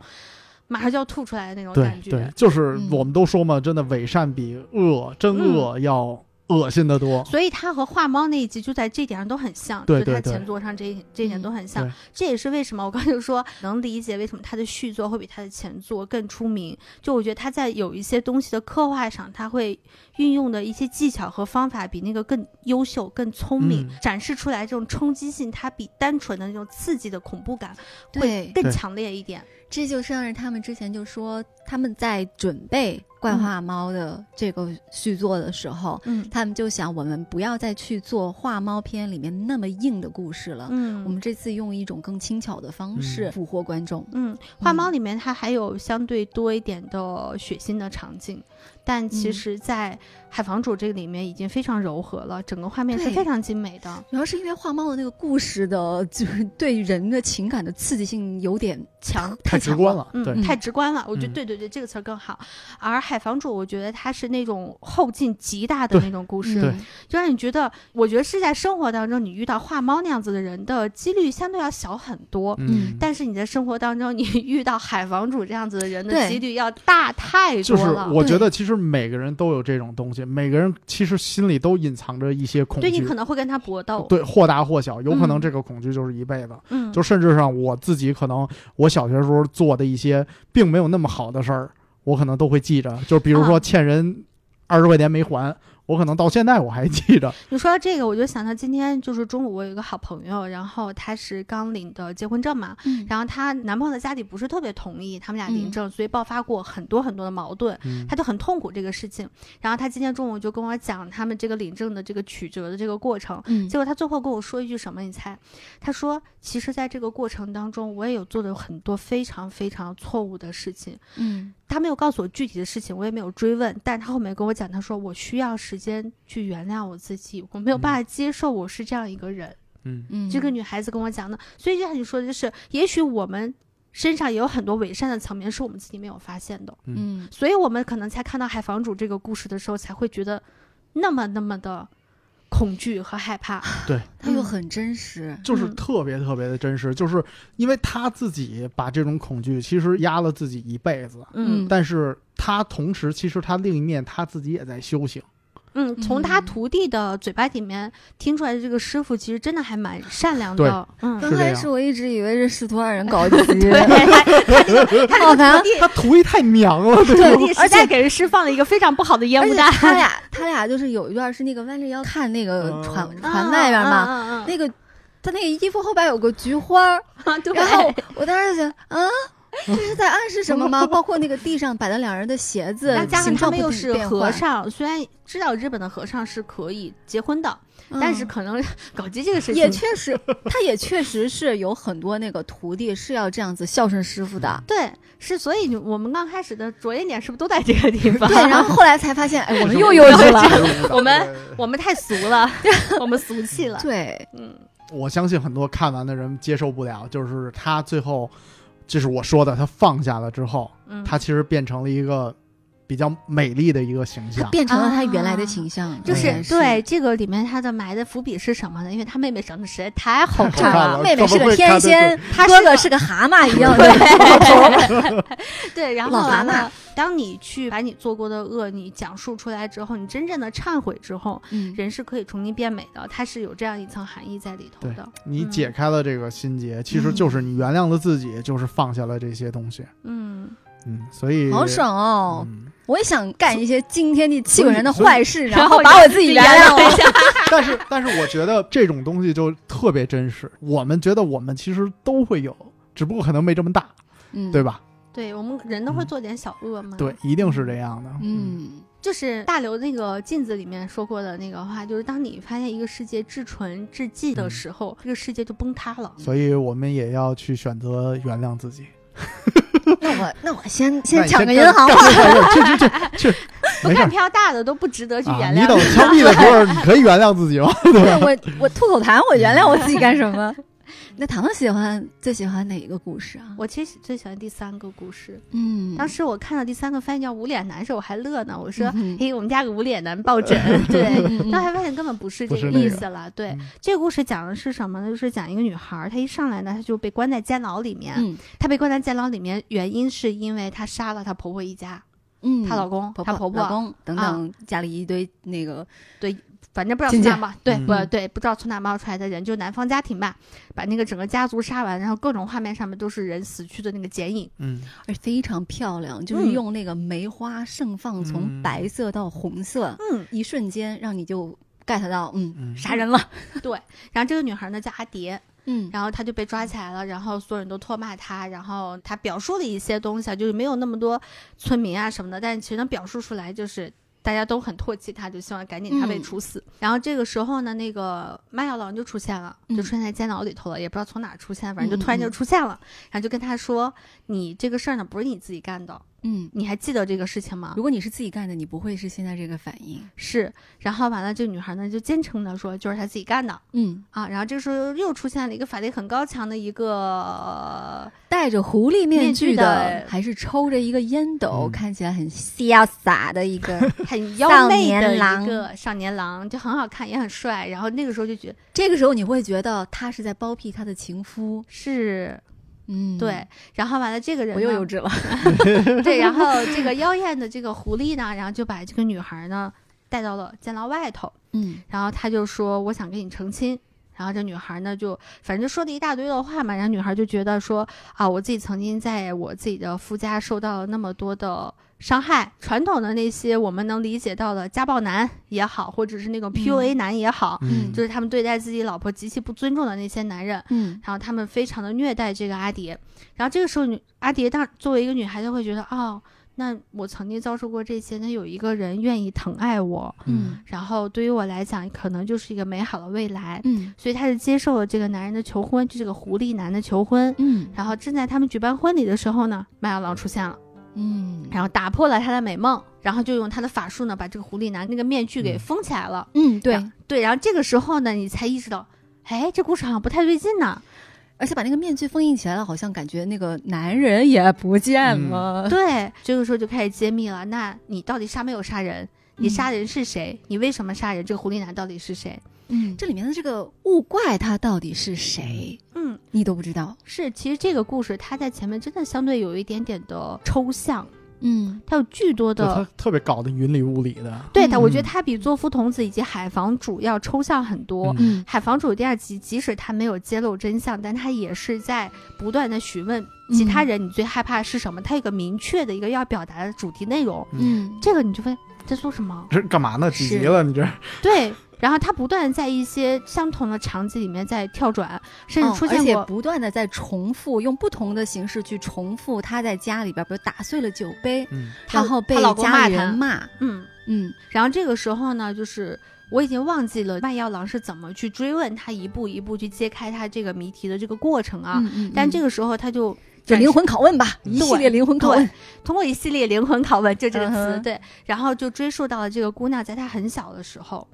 Speaker 1: 马上就要吐出来的那种
Speaker 2: 对
Speaker 1: 感觉。
Speaker 2: 对，就是
Speaker 4: 嗯
Speaker 2: 我们都说嘛，真的伪善比恶真恶要恶心的多。
Speaker 1: 嗯所以他和画猫那一集就在这点上都很像，
Speaker 2: 对
Speaker 1: 就他
Speaker 2: 对对
Speaker 1: 前作上这一这一点都很像。
Speaker 2: 对
Speaker 1: 这也是为什么我刚才就说能理解为什么他的续作会比他的前作更出名。就我觉得他在有一些东西的刻画上，他会运用的一些技巧和方法比那个更优秀、更聪明，
Speaker 2: 嗯
Speaker 1: 展示出来这种冲击性，它比单纯的那种刺激的恐怖感会
Speaker 4: 对，
Speaker 1: 更
Speaker 2: 对
Speaker 1: 强烈一点。
Speaker 4: 这就是让他们之前就说他们在准备《怪画猫》的这个续作的时候，
Speaker 1: 嗯
Speaker 4: 他们就想我们不要再去做画猫片里面那么硬的故事了，
Speaker 1: 嗯，
Speaker 4: 我们这次用一种更轻巧的方式
Speaker 2: 嗯
Speaker 4: 俘获观众。
Speaker 1: 嗯，画猫里面它还有相对多一点的血腥的场景，但其
Speaker 4: 嗯
Speaker 1: 实，在海房主这个里面已经非常柔和了，整个画面是
Speaker 4: 对
Speaker 1: 非常精美的。
Speaker 4: 主要是因为画猫的那个故事的，就是 (laughs) 对人的情感的刺激性有点强，
Speaker 2: 太直观
Speaker 4: 了。
Speaker 2: 了，
Speaker 1: 嗯，
Speaker 2: 对，
Speaker 1: 太直观了，我觉得
Speaker 2: 嗯
Speaker 1: 对对对，这个词儿更好。而海房主，我觉得他是那种后劲极大的
Speaker 2: 对
Speaker 1: 那种故事，
Speaker 2: 对
Speaker 4: 嗯，
Speaker 1: 就让你觉得，我觉得是在生活当中，你遇到画猫那样子的人的几率相对要小很多。
Speaker 2: 嗯，
Speaker 1: 但是你在生活当中，你 (laughs) 遇到海房主这样子的人的
Speaker 4: 对
Speaker 1: 几率要大太
Speaker 2: 就
Speaker 1: 多
Speaker 2: 是
Speaker 1: 了。
Speaker 2: 我觉得其实每个人都有这种东西，每个人其实心里都隐藏着一些恐
Speaker 1: 对你
Speaker 2: 惧
Speaker 1: 可。能会跟他搏斗，
Speaker 2: 对，或大或小，有可能
Speaker 1: 嗯
Speaker 2: 这个恐惧就是一辈子。
Speaker 1: 嗯，
Speaker 2: 就甚至上我自己可能我小学时候做的一些并没有那么好的事儿，我可能都会记着。就比如说
Speaker 1: 啊
Speaker 2: 欠人二十块钱没还，我可能到现在我还记着。
Speaker 1: 你说到这个，我就想到今天就是中午，我有一个好朋友，然后她是刚领的结婚证嘛，
Speaker 4: 嗯
Speaker 1: 然后她男朋友的家里不是特别同意他们俩领
Speaker 4: 嗯
Speaker 1: 证，所以爆发过很多很多的矛盾，
Speaker 2: 嗯
Speaker 1: 她就很痛苦这个事情。然后她今天中午就跟我讲他们这个领证的这个曲折的这个过程，
Speaker 4: 嗯
Speaker 1: 结果她最后跟我说一句什么？你猜？她说：“其实，在这个过程当中，我也有做的很多非常非常错误的事情。”
Speaker 4: 嗯
Speaker 1: 他没有告诉我具体的事情，我也没有追问，但他后面跟我讲，他说我需要时间去原谅我自己，我没有办法接受我是这样一个人。
Speaker 2: 嗯
Speaker 4: 嗯，
Speaker 1: 这个女孩子跟我讲的，所以就像你说的，就是也许我们身上也有很多伪善的层面是我们自己没有发现的，
Speaker 4: 嗯
Speaker 1: 所以我们可能才看到海房主这个故事的时候，才会觉得那么那么的恐惧和害怕。
Speaker 4: 它又很真实，
Speaker 2: 就是
Speaker 1: 嗯
Speaker 2: 特别特别的真实，就是因为他自己把这种恐惧其实压了自己一辈子，
Speaker 1: 嗯
Speaker 4: 嗯
Speaker 1: (laughs)
Speaker 2: 但是他同时其实他另一面他自己也在修行，
Speaker 1: 嗯，从他
Speaker 4: 嗯
Speaker 1: 徒弟的嘴巴里面听出来，这个师傅其实真的还蛮善良的。嗯，
Speaker 4: 刚
Speaker 2: 是这
Speaker 4: 开
Speaker 2: 样
Speaker 4: 始我一直以为是师徒二人搞一 (laughs) 集， (laughs)
Speaker 1: 好
Speaker 4: 烦啊
Speaker 2: 他徒弟太娘了，这
Speaker 1: 徒 (laughs)
Speaker 2: 个
Speaker 1: 弟实在给人释放了一个非常不好的烟
Speaker 4: 而
Speaker 1: 雾
Speaker 4: 且
Speaker 1: 弹。(laughs)
Speaker 4: 他俩他俩就是有一段是那个弯着腰看那个
Speaker 2: 嗯
Speaker 4: 船、
Speaker 1: 啊
Speaker 4: 船外边嘛，
Speaker 1: 啊
Speaker 4: 那个他那个衣服后边有个菊花儿，
Speaker 1: 啊 (laughs) 啊对，
Speaker 4: 然后我当时就啊。这是在暗示什么
Speaker 1: (laughs)
Speaker 4: 吗？包括那个地上摆的两人的鞋子
Speaker 1: 那，加上
Speaker 4: 形
Speaker 1: 他
Speaker 4: 状
Speaker 1: 们
Speaker 4: 不
Speaker 1: 又
Speaker 4: 停
Speaker 1: 是
Speaker 4: 变
Speaker 1: 和
Speaker 4: 换，
Speaker 1: 尚，虽然知道日本的和尚是可以结婚的，
Speaker 4: 嗯
Speaker 1: 但是可能搞基这个事
Speaker 4: 也
Speaker 1: 情。(laughs)
Speaker 4: 确实，他也确实是有很多那个徒弟是要这样子孝顺师
Speaker 1: (laughs)
Speaker 4: 傅的。
Speaker 1: 对，是所以我们刚开始的着眼点是不是都在这个地方？
Speaker 4: 对，然后后来才发现，哎，我们又
Speaker 1: 又
Speaker 4: 幼稚
Speaker 1: 幼
Speaker 4: 了。
Speaker 1: (laughs) 我们 (laughs) 我们太俗
Speaker 4: (laughs)
Speaker 1: 了，我们俗气了。
Speaker 4: 对，
Speaker 1: 嗯，
Speaker 2: 我相信很多看完的人接受不了，就是他最后，这是我说的，他放下了之后，
Speaker 1: 嗯
Speaker 2: 他其实变成了一个比较美丽的一个形
Speaker 4: 他
Speaker 2: 象。
Speaker 4: 变成了他原来的形象，
Speaker 1: 就是
Speaker 4: 嗯
Speaker 1: 对这个里面他的埋的伏笔是什么呢？因为他妹妹长得实在太好看
Speaker 2: 太好看
Speaker 1: 了
Speaker 2: 了，
Speaker 4: 妹妹是个天仙，
Speaker 1: 他
Speaker 4: 哥
Speaker 1: 是
Speaker 4: 哥
Speaker 1: 个
Speaker 4: 是个蛤蟆一
Speaker 2: (laughs)
Speaker 4: 样的。
Speaker 1: (laughs) 对，然后
Speaker 4: 老蛤
Speaker 1: 完
Speaker 4: 蟆
Speaker 1: 了，当你去把你做过的恶你讲述出来之后，你真正的忏悔之后，
Speaker 4: 嗯
Speaker 1: 人是可以重新变美的，它是有这样一层含义在里头
Speaker 2: 对
Speaker 1: 的。
Speaker 2: 你
Speaker 4: 嗯
Speaker 2: 解开了这个心结，其实就是你原谅了自己，就是放下了这些东西。
Speaker 1: 嗯，
Speaker 2: 嗯，所以
Speaker 4: 好爽哦！
Speaker 2: 嗯
Speaker 4: 我也想干一些惊天地泣鬼神的坏事，
Speaker 1: 所以
Speaker 4: (laughs) 然后把我自己原谅
Speaker 1: 了
Speaker 4: 了。
Speaker 1: 一
Speaker 4: (laughs)
Speaker 1: 下。
Speaker 2: 但是， (laughs) 但是我觉得这种东西就特别真实。我们觉得我们其实都会有，只不过可能没这么大，
Speaker 4: 嗯，
Speaker 2: 对？吧？
Speaker 1: 对我们人都会做点小恶嘛。
Speaker 2: 嗯对，，一定是这样的。
Speaker 4: 嗯，
Speaker 1: 就是大刘那个镜子里面说过的那个话，就是当你发现一个世界至纯至寂
Speaker 2: 嗯
Speaker 1: 的时候，这个世界就崩塌了。
Speaker 2: 所以我们也要去选择原谅自己。
Speaker 4: 那我那我先
Speaker 2: 那
Speaker 4: 先
Speaker 2: 你
Speaker 4: 抢个
Speaker 2: 干
Speaker 4: 银行
Speaker 2: 干
Speaker 4: 吧。
Speaker 2: 这这这这这，
Speaker 1: 不
Speaker 4: (laughs)
Speaker 2: 没事
Speaker 1: 看
Speaker 2: 儿
Speaker 1: 票大的都不值得去
Speaker 2: 啊！
Speaker 1: 原
Speaker 2: 你
Speaker 1: 谅。 (laughs)
Speaker 2: 等枪毙的时候，你可以原谅自己吗？
Speaker 4: 我 (laughs) 我吐口痰，我原谅我自己干什么？那糖糖喜欢最喜欢哪一个故事啊？
Speaker 1: 我其实最喜欢第三个故事。
Speaker 4: 嗯，
Speaker 1: 当时我看到第三个翻译叫无脸男时，我还乐呢，我说：“ (laughs)
Speaker 4: 嗯
Speaker 1: 嘿，我们家有个无脸男抱枕。”对，
Speaker 4: 嗯嗯
Speaker 1: 但还发现根本不是
Speaker 2: 不
Speaker 1: 这
Speaker 2: 是那
Speaker 1: 意
Speaker 2: 个
Speaker 1: 思了。对，
Speaker 2: 嗯
Speaker 1: 这个故事讲的是什么呢？就是讲一个女孩儿，她一上来呢，她就被关在监牢里面。
Speaker 4: 嗯
Speaker 1: 她被关在监牢里面，原因是因为她杀了她婆婆一家，
Speaker 4: 嗯，
Speaker 1: 她老公、
Speaker 4: 婆
Speaker 1: 她
Speaker 4: 婆、啊
Speaker 1: 婆
Speaker 4: 老
Speaker 1: 婆，
Speaker 4: 公等等，家里一堆那个
Speaker 1: 反正不知道
Speaker 4: 亲
Speaker 1: 从
Speaker 4: 戚
Speaker 1: 哪冒，对，
Speaker 2: 嗯
Speaker 1: 不对，不知道从哪冒出来的人，就南方家庭吧，把那个整个家族杀完，然后各种画面上面都是人死去的那个剪影。
Speaker 2: (laughs) 嗯，
Speaker 4: 而哎非常漂亮，就是
Speaker 1: 嗯
Speaker 4: 用那个梅花盛放，从
Speaker 2: 嗯
Speaker 4: 白色到红色，
Speaker 1: 嗯，
Speaker 4: 一瞬间让你就 get 到，嗯，
Speaker 2: 嗯
Speaker 4: 杀人了，
Speaker 1: 然后这个女孩呢叫阿蝶，
Speaker 4: 嗯，
Speaker 1: 然后她就被抓起来了，然后所有人都唾骂她，然后她表述了一些东西啊，就是没有那么多村民啊什么的，但其实能表述出来就是。大家都很唾弃她，就希望赶紧她被
Speaker 4: 嗯
Speaker 1: 处死。然后这个时候呢，那个卖药郎就出现了，就
Speaker 4: 嗯
Speaker 1: 出现在监牢里头了，也不知道从哪儿出现，反正
Speaker 4: 嗯
Speaker 1: 就突然
Speaker 4: 嗯
Speaker 1: 就
Speaker 4: 嗯
Speaker 1: 出现了，然后就跟她说：“你这个事儿呢，不是你自己干的，
Speaker 4: 嗯，
Speaker 1: 你还记得这个事情吗？
Speaker 4: 如果你是自己干的，你不会是现在这个反应，
Speaker 1: 是。”然后完了，这个女孩呢就坚称的说：“就是她自己干的。”
Speaker 4: 嗯，
Speaker 1: 啊，然后这个时候又出现了一个法力很高强的一个，
Speaker 4: 戴着狐狸面具
Speaker 1: 面具的
Speaker 4: 还是抽着一个烟斗，
Speaker 2: 嗯
Speaker 4: 看起来很潇洒的一 (laughs) 个，
Speaker 1: 很妖媚
Speaker 4: 少
Speaker 1: 的
Speaker 4: 年郎
Speaker 1: 一个少年郎，就很好看，也很帅。然后那个时候就觉得
Speaker 4: 这个时候你会觉得他是在包庇他的情夫，
Speaker 1: 是
Speaker 4: 嗯，
Speaker 1: 对，，然后完了这个人
Speaker 4: 我又
Speaker 1: 呢
Speaker 4: 幼稚了，
Speaker 1: 对，然
Speaker 4: (laughs)
Speaker 1: 后这个妖艳的这个狐狸呢，然后就把这个女孩呢带到了监牢外头，
Speaker 4: 嗯
Speaker 1: 然后他就说我想跟你成亲。然后这女孩呢，就反正说了一大堆的话嘛，然后女孩就觉得说啊，我自己曾经在我自己的夫家受到了那么多的伤害，传统的那些我们能理解到的家暴男也好，或者是那种 PUA 男也好，
Speaker 4: 嗯
Speaker 1: 就是他们对待自己老婆极其不尊重的那些男人，
Speaker 4: 嗯
Speaker 1: 然后他们非常的虐待这个阿蝶，然后这个时候女阿蝶当作为一个女孩子会觉得哦，那我曾经遭受过这些，那有一个人愿意疼爱我，
Speaker 4: 嗯
Speaker 1: 然后对于我来讲，可能就是一个美好的未来。
Speaker 4: 嗯
Speaker 1: 所以她是接受了这个男人的求婚，就这个狐狸男的求婚。
Speaker 4: 嗯
Speaker 1: 然后正在他们举办婚礼的时候呢，麦小狼出现了，
Speaker 4: 嗯
Speaker 1: 然后打破了他的美梦，然后就用他的法术呢，把这个狐狸男那个面具给
Speaker 2: 嗯
Speaker 1: 封起来了。
Speaker 4: 嗯，对
Speaker 1: 然，对，然后这个时候呢，你才意识到，哎，这故事好像不太对劲呢。
Speaker 4: 而且把那个面具封印起来了，好像感觉那个男人也不见
Speaker 2: 嗯
Speaker 4: (laughs) 了。
Speaker 1: 对，这个时候就开始揭秘了。那你到底杀没有杀人？你
Speaker 2: 嗯
Speaker 1: 杀人是谁？你为什么杀人？这个狐狸男到底是谁？
Speaker 4: 嗯，这里面的这个物怪他到底是谁，
Speaker 1: 嗯，
Speaker 4: 你都不知道。
Speaker 1: 是，其实这个故事它在前面真的相对有一点点的抽象，
Speaker 4: 嗯
Speaker 1: 它有巨多
Speaker 2: 就他
Speaker 1: 的。
Speaker 2: 特别搞得云里雾里的。
Speaker 1: 对它，我觉得
Speaker 2: 嗯
Speaker 1: 它比作夫童子以及海房主要抽象很多。
Speaker 2: 嗯
Speaker 4: 嗯
Speaker 1: 海房主第二集，即使他没有揭露真相，但他也是在不断的询问其他
Speaker 2: 嗯
Speaker 1: 人你最害怕是什么，他有个明确的一个要表达的主题内容。
Speaker 4: 嗯，
Speaker 1: 这个你就发现在做什么？
Speaker 2: 这干嘛呢？几
Speaker 4: 是
Speaker 2: 集了？你这
Speaker 1: 对，然后他不断地在一些相同的场景里面在跳转，甚
Speaker 4: 嗯
Speaker 1: 至出
Speaker 4: 而
Speaker 1: 现
Speaker 4: 且
Speaker 1: 过、
Speaker 4: 不断的在重复，用不同的形式去重复他在家里边，比如打碎了酒杯，
Speaker 2: 嗯
Speaker 1: 她
Speaker 4: 然后被
Speaker 1: 她老公
Speaker 4: 家
Speaker 1: 骂
Speaker 4: 里
Speaker 1: 她
Speaker 4: 人骂，
Speaker 1: 嗯。
Speaker 4: 嗯
Speaker 1: 然后这个时候呢，就是我已经忘记了卖药郎是怎么去追问他，一步一步去揭开他这个谜题的这个过程啊。
Speaker 4: 嗯嗯，
Speaker 1: 但
Speaker 4: 嗯
Speaker 1: 这个时候他就
Speaker 4: 就
Speaker 1: 展
Speaker 4: 灵
Speaker 1: 示
Speaker 4: 魂拷问吧，一
Speaker 1: 对
Speaker 4: 系列灵魂拷问，
Speaker 1: 通过一系列灵魂拷问，就这个词、
Speaker 4: 嗯哼
Speaker 1: 对，然后就追溯到了这个姑娘在她很小的时候。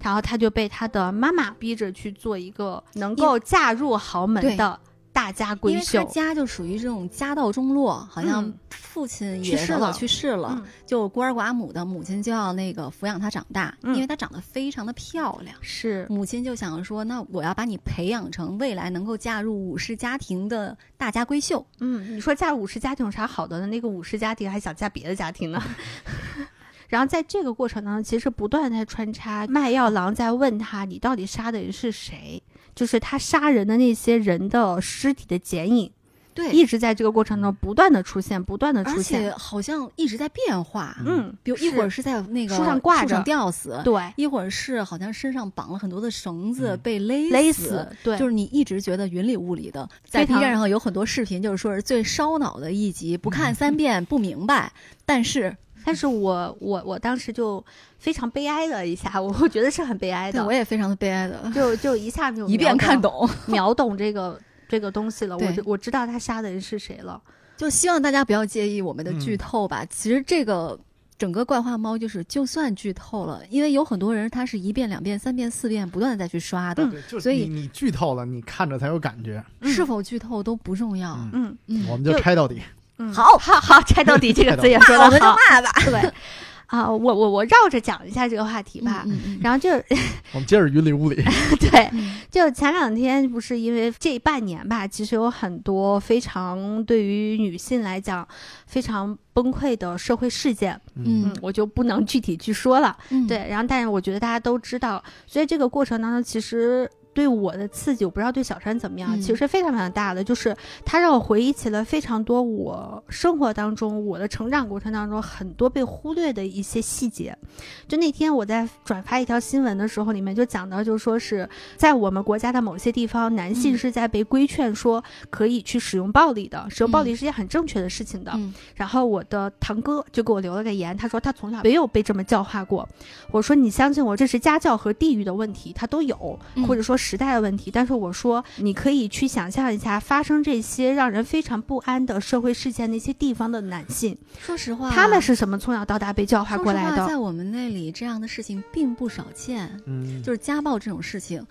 Speaker 1: 然后她就被她的妈妈逼着去做一个能够嫁入豪门的大家
Speaker 4: 因
Speaker 1: 闺
Speaker 4: 为他
Speaker 1: 秀，
Speaker 4: 家就属于这种家道中落，好像
Speaker 1: 嗯
Speaker 4: 父亲
Speaker 1: 去
Speaker 4: 也
Speaker 1: 世
Speaker 4: 早
Speaker 1: 了
Speaker 4: 早去世了，
Speaker 1: 嗯，
Speaker 4: 就孤儿寡母的母亲就要那个抚养她长大，
Speaker 1: 嗯
Speaker 4: 因为她长得非常的漂亮。
Speaker 1: 是
Speaker 4: 母亲就想说，那我要把你培养成未来能够嫁入武士家庭的大家闺秀。
Speaker 1: 嗯，你说嫁武士家庭有啥好的呢？那个武士家庭还想嫁别的家庭呢。 (laughs) 然后在这个过程当中，其实不断地在穿插卖药郎在问他，你到底杀的人是谁？就是他杀人的那些人的尸体的剪影，
Speaker 4: 对，
Speaker 1: 一直在这个过程中不断的出现，不断的出
Speaker 4: 而且
Speaker 1: 现。
Speaker 4: 好像一直在变化，
Speaker 1: 嗯，
Speaker 4: 比如一
Speaker 1: 是
Speaker 4: 会儿是在那个
Speaker 1: 树上挂着
Speaker 4: 吊死，
Speaker 1: 对
Speaker 4: 一会儿是好像身上绑了很多的绳子、
Speaker 2: 嗯
Speaker 4: 被勒
Speaker 1: 勒
Speaker 4: 死
Speaker 1: 死，对，
Speaker 4: 就是你一直觉得云里雾里的，在 B
Speaker 1: 非常
Speaker 4: 站上有很多视频，就是说是最烧脑的一集，不
Speaker 1: 嗯
Speaker 4: 看三遍不明白。但是
Speaker 1: 但是我我我当时就非常悲哀了一下，我我觉得是很悲哀
Speaker 4: 对
Speaker 1: 的
Speaker 4: 我，也非常的悲哀的，
Speaker 1: 就就一下就
Speaker 4: 一
Speaker 1: 秒
Speaker 4: 遍看懂。 (laughs)
Speaker 1: 秒懂这个这个东西了，我
Speaker 4: 对
Speaker 1: 就我知道他杀的人是谁了。
Speaker 4: 就希望大家不要介意我们的
Speaker 1: 嗯
Speaker 4: 剧透吧。其实这个整个怪话猫就是，就算剧透了，因为有很多人他是一遍、两遍、三遍、四遍不断的再去刷的，
Speaker 1: 嗯
Speaker 2: 对就
Speaker 4: 所以
Speaker 2: 你你剧透了，你看着才有感觉。
Speaker 1: 嗯
Speaker 4: 是否剧透都不重要。
Speaker 2: 嗯
Speaker 1: 嗯
Speaker 4: 嗯，
Speaker 2: 我们就
Speaker 1: 就
Speaker 2: 拆到底。
Speaker 1: 嗯，
Speaker 4: 好
Speaker 1: 好 (laughs) 好，拆到底这个词也说 (laughs)
Speaker 4: 我们
Speaker 1: 的
Speaker 4: 就
Speaker 1: 好，
Speaker 4: 骂吧。
Speaker 1: 对 (laughs) 啊、我我我绕着讲一下这个话题吧。
Speaker 4: 嗯嗯嗯
Speaker 1: 然后就 (laughs)
Speaker 2: 我们接着云里
Speaker 4: (laughs)
Speaker 2: 雾里。
Speaker 1: 对，
Speaker 4: 嗯
Speaker 1: 就前两天不是因为这半年吧，其实有很多非常对于女性来讲非常崩溃的社会事件，
Speaker 4: 嗯
Speaker 1: 嗯，我就不能具体去说了。
Speaker 4: 嗯，
Speaker 1: 对，然后但是我觉得大家都知道，所以这个过程当中其实。对我的刺激，我不知道对小山怎么样，
Speaker 4: 嗯
Speaker 1: 其实是非常非常大的。就是它让我回忆起了非常多我生活当中、我的成长过程当中很多被忽略的一些细节。就那天我在转发一条新闻的时候，里面就讲到，就说是在我们国家的某些地方，男性
Speaker 4: 嗯
Speaker 1: 是在被规劝说可以去使用暴力的，使用暴力
Speaker 4: 嗯
Speaker 1: 是件很正确的事情的。
Speaker 4: 嗯
Speaker 1: 然后我的堂哥就给我留了个言，他说他从小没有被这么教化过。我说你相信我，这是家教和地域的问题，他都有，
Speaker 4: 嗯
Speaker 1: 或者说时代的问题。但是我说你可以去想象一下，发生这些让人非常不安的社会事件那些地方的男性，
Speaker 4: 说实话，
Speaker 1: 他们是什么从小到大被教化
Speaker 4: 说
Speaker 1: 过
Speaker 4: 实
Speaker 1: 来
Speaker 4: 话，
Speaker 1: 的？
Speaker 4: 在我们那里这样的事情并不少见，
Speaker 2: 嗯，
Speaker 4: 就是家暴这种事情。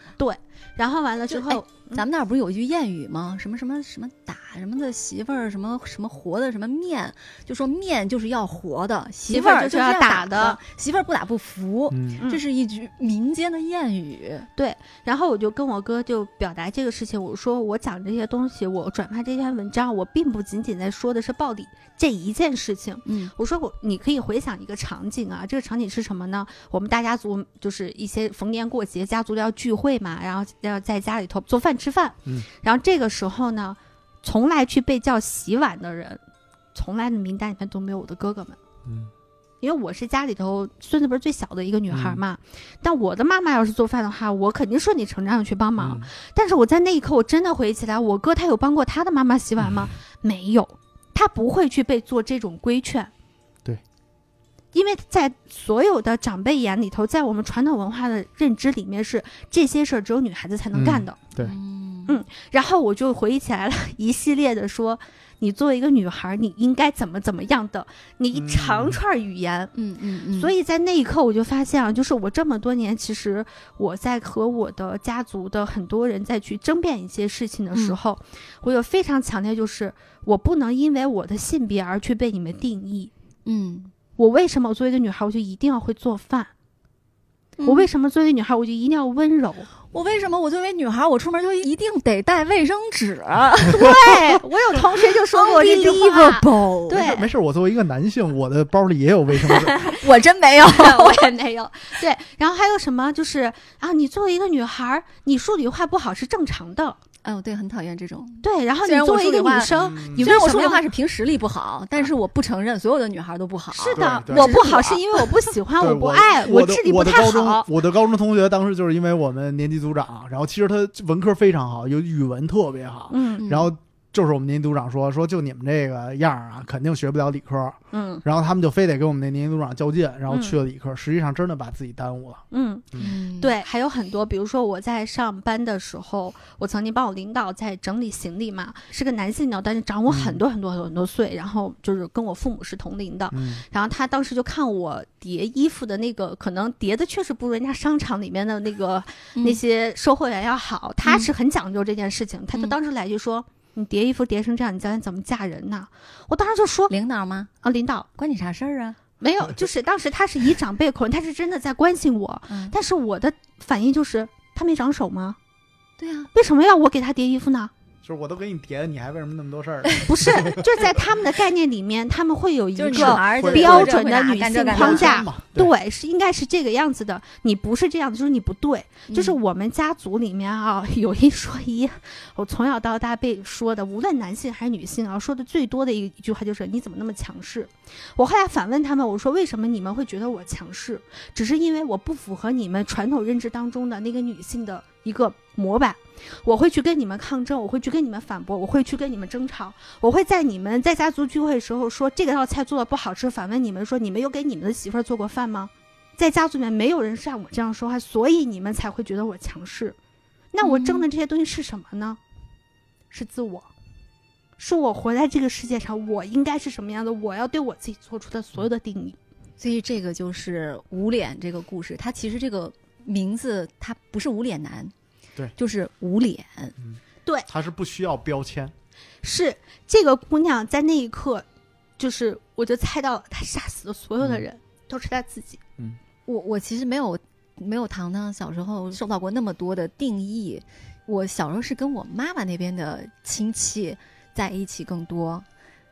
Speaker 1: 然后完了之
Speaker 4: 就哎
Speaker 1: 后，
Speaker 4: 咱们那儿不是有一句谚语吗？什么什么什么打什么的媳妇儿，什么什么活的什么面，就说面就是要活的，媳妇
Speaker 1: 妇儿
Speaker 4: 儿
Speaker 1: 就是是要
Speaker 4: 要
Speaker 1: 打的
Speaker 4: 的，媳妇儿不打不服。
Speaker 2: 嗯
Speaker 1: 嗯
Speaker 4: 这是一句民间的谚语，
Speaker 1: 然后我就跟我哥就表达这个事情，我说我讲这些东西，我转发这篇文章，我并不仅仅在说的是暴力这一件事情。
Speaker 4: 嗯，
Speaker 1: 我说我，你可以回想一个场景啊，这个场景是什么呢？我们大家族就是一些逢年过节，家族要聚会嘛，然后要在家里头做饭吃饭。
Speaker 2: 嗯，
Speaker 1: 然后这个时候呢，从来去被叫洗碗的人，从来的名单里面都没有我的哥哥们。
Speaker 2: 嗯
Speaker 1: 因为我是家里头孙子辈儿最小的一个女孩嘛，但我的妈妈要是做饭的话，我肯定顺理成章的去帮忙。
Speaker 2: 嗯
Speaker 1: 但是我在那一刻，我真的回忆起来，我哥他有帮过他的妈妈洗碗吗？没有，他不会去被做这种规劝。
Speaker 2: 对，
Speaker 1: 因为在所有的长辈眼里头，在我们传统文化的认知里面是这些事儿只有女孩子才能干的。
Speaker 2: 对
Speaker 4: 嗯
Speaker 1: 嗯然后我就回忆起来了一系列的说，你作为一个女孩，你应该怎么怎么样的，你一长串语言。
Speaker 4: 嗯嗯嗯，
Speaker 1: 所以在那一刻，我就发现啊，就是我这么多年，其实我在和我的家族的很多人在去争辩一些事情的时候，我有非常强烈，就是我不能因为我的性别而去被你们定义。
Speaker 4: 嗯，
Speaker 1: 我为什么我作为一个女孩，我就一定要会做饭？我为
Speaker 4: 什
Speaker 1: 什么作为女孩，我就一定要温柔？ (laughs)
Speaker 4: 我为什么我作为女孩，我出门就一定得带卫生 (laughs) 纸？
Speaker 1: 对我有同学就说
Speaker 4: 哦
Speaker 1: 过这句 (laughs) 话，
Speaker 4: Unbelievable
Speaker 1: 对
Speaker 4: (laughs)
Speaker 2: 没事，我作为一个男性，我的包里也有卫生纸。
Speaker 4: 我真没有。
Speaker 1: 我也没有。对，然后还有什么就是啊，你作为一个女孩儿，你数理化不好是正常的。
Speaker 4: (laughs) 哎，我对，很讨厌这种。
Speaker 1: 对，然后你
Speaker 4: 虽然我
Speaker 1: 作为一个
Speaker 4: 数理化
Speaker 1: 女生，
Speaker 2: 嗯
Speaker 1: 你
Speaker 4: 虽然我
Speaker 1: 为什
Speaker 4: 说
Speaker 1: 么
Speaker 4: 的
Speaker 1: 要
Speaker 4: 话是凭实力不好，但是我不承认所有的女孩都不好。
Speaker 1: 是的，
Speaker 2: 对对
Speaker 1: 我不
Speaker 4: 啊是
Speaker 1: 好
Speaker 4: 我
Speaker 1: 是因为我不喜
Speaker 2: (laughs)
Speaker 1: 欢，
Speaker 2: 对
Speaker 1: 我不爱，呃我
Speaker 2: 的
Speaker 1: 智力不
Speaker 2: 我的
Speaker 1: 太
Speaker 2: 高中
Speaker 1: 好。
Speaker 2: (laughs) 我的高中同学当时就是因为我们年级组长，然后其实他文科非常好，有语文特别好，
Speaker 1: 嗯
Speaker 2: 然后就是我们年级组长说说就你们这个样儿啊，肯定学不了理科，
Speaker 1: 嗯
Speaker 2: 然后他们就非得跟我们那年级组长较劲，然后
Speaker 1: 嗯
Speaker 2: 去了理科，实际上真的把自己耽误了。
Speaker 1: 嗯，
Speaker 4: 嗯，
Speaker 1: 对，还有很多，比如说我在上班的时候，我曾经帮我领导在整理行李嘛，是个男性领导，但是长我
Speaker 2: 嗯
Speaker 1: 很多很多很多岁，然后就是跟我父母是同龄的，
Speaker 2: 嗯，
Speaker 1: 然后他当时就看我叠衣服的那个，可能叠的确实不如人家商场里面的那个、
Speaker 4: 嗯
Speaker 1: 那些售货员要好，他是很讲究这件事情，他就
Speaker 4: 嗯
Speaker 1: 当时来一句说。你叠衣服叠成这样，你将来怎么嫁人呢？我当时就说
Speaker 4: 领导吗？
Speaker 1: 啊，领导，
Speaker 4: 关你啥事儿啊？
Speaker 1: 没有，就是当时他是以长辈口吻，他是真的在关心我，
Speaker 4: 嗯，
Speaker 1: 但是我的反应就是他没长手吗？
Speaker 4: 对啊，
Speaker 1: 为什么要我给他叠衣服呢？
Speaker 2: 就是我都给你叠了，你还为什么那么多事
Speaker 1: (laughs)
Speaker 2: 儿？
Speaker 1: 不是，就是在他们的概念里面，他们会有一
Speaker 4: 就是
Speaker 1: 个
Speaker 4: 女孩儿就
Speaker 2: 会
Speaker 4: 是
Speaker 1: 标
Speaker 4: 会这
Speaker 1: 准
Speaker 4: 会
Speaker 1: 的
Speaker 4: 那
Speaker 1: 女
Speaker 4: 干这
Speaker 1: 性
Speaker 4: 干那
Speaker 1: 框架
Speaker 2: 嘛，
Speaker 1: 对，是应该是这个样子的。你不是这样的，就是你不对。
Speaker 4: 嗯
Speaker 1: 就是我们家族里面啊， (laughs) 有一说一，我从小到大被说的，无论男性还是女性啊，说的最多的一一句话就是“你怎么那么强势”。我后来反问他们，我说：“为什么你们会觉得我强势？只是因为我不符合你们传统认知当中的那个女性的一个模板。”我会去跟你们抗争，我会去跟你们反驳，我会去跟你们争吵，我会在你们在家族聚会的时候说这个道菜做的不好吃，反问你们说你们有给你们的媳妇儿做过饭吗？在家族里面没有人像我这样说话，所以你们才会觉得我强势。那我争的这些东西是什么呢？是自我，是我活在这个世界上，我应该是什么样的？我要对我自己做出的所有的定义。
Speaker 4: 所以这个就是《无脸》这个故事，它其实这个名字它不是无脸男，
Speaker 2: 对
Speaker 4: 就是无脸。
Speaker 2: 他是不需要标签，
Speaker 1: 是这个姑娘在那一刻，就是我就猜到了，她杀死的所有的人、都是她自己。
Speaker 4: 我我其实没有没有糖糖小时候受到过那么多的定义，我小时候是跟我妈妈那边的亲戚在一起更多，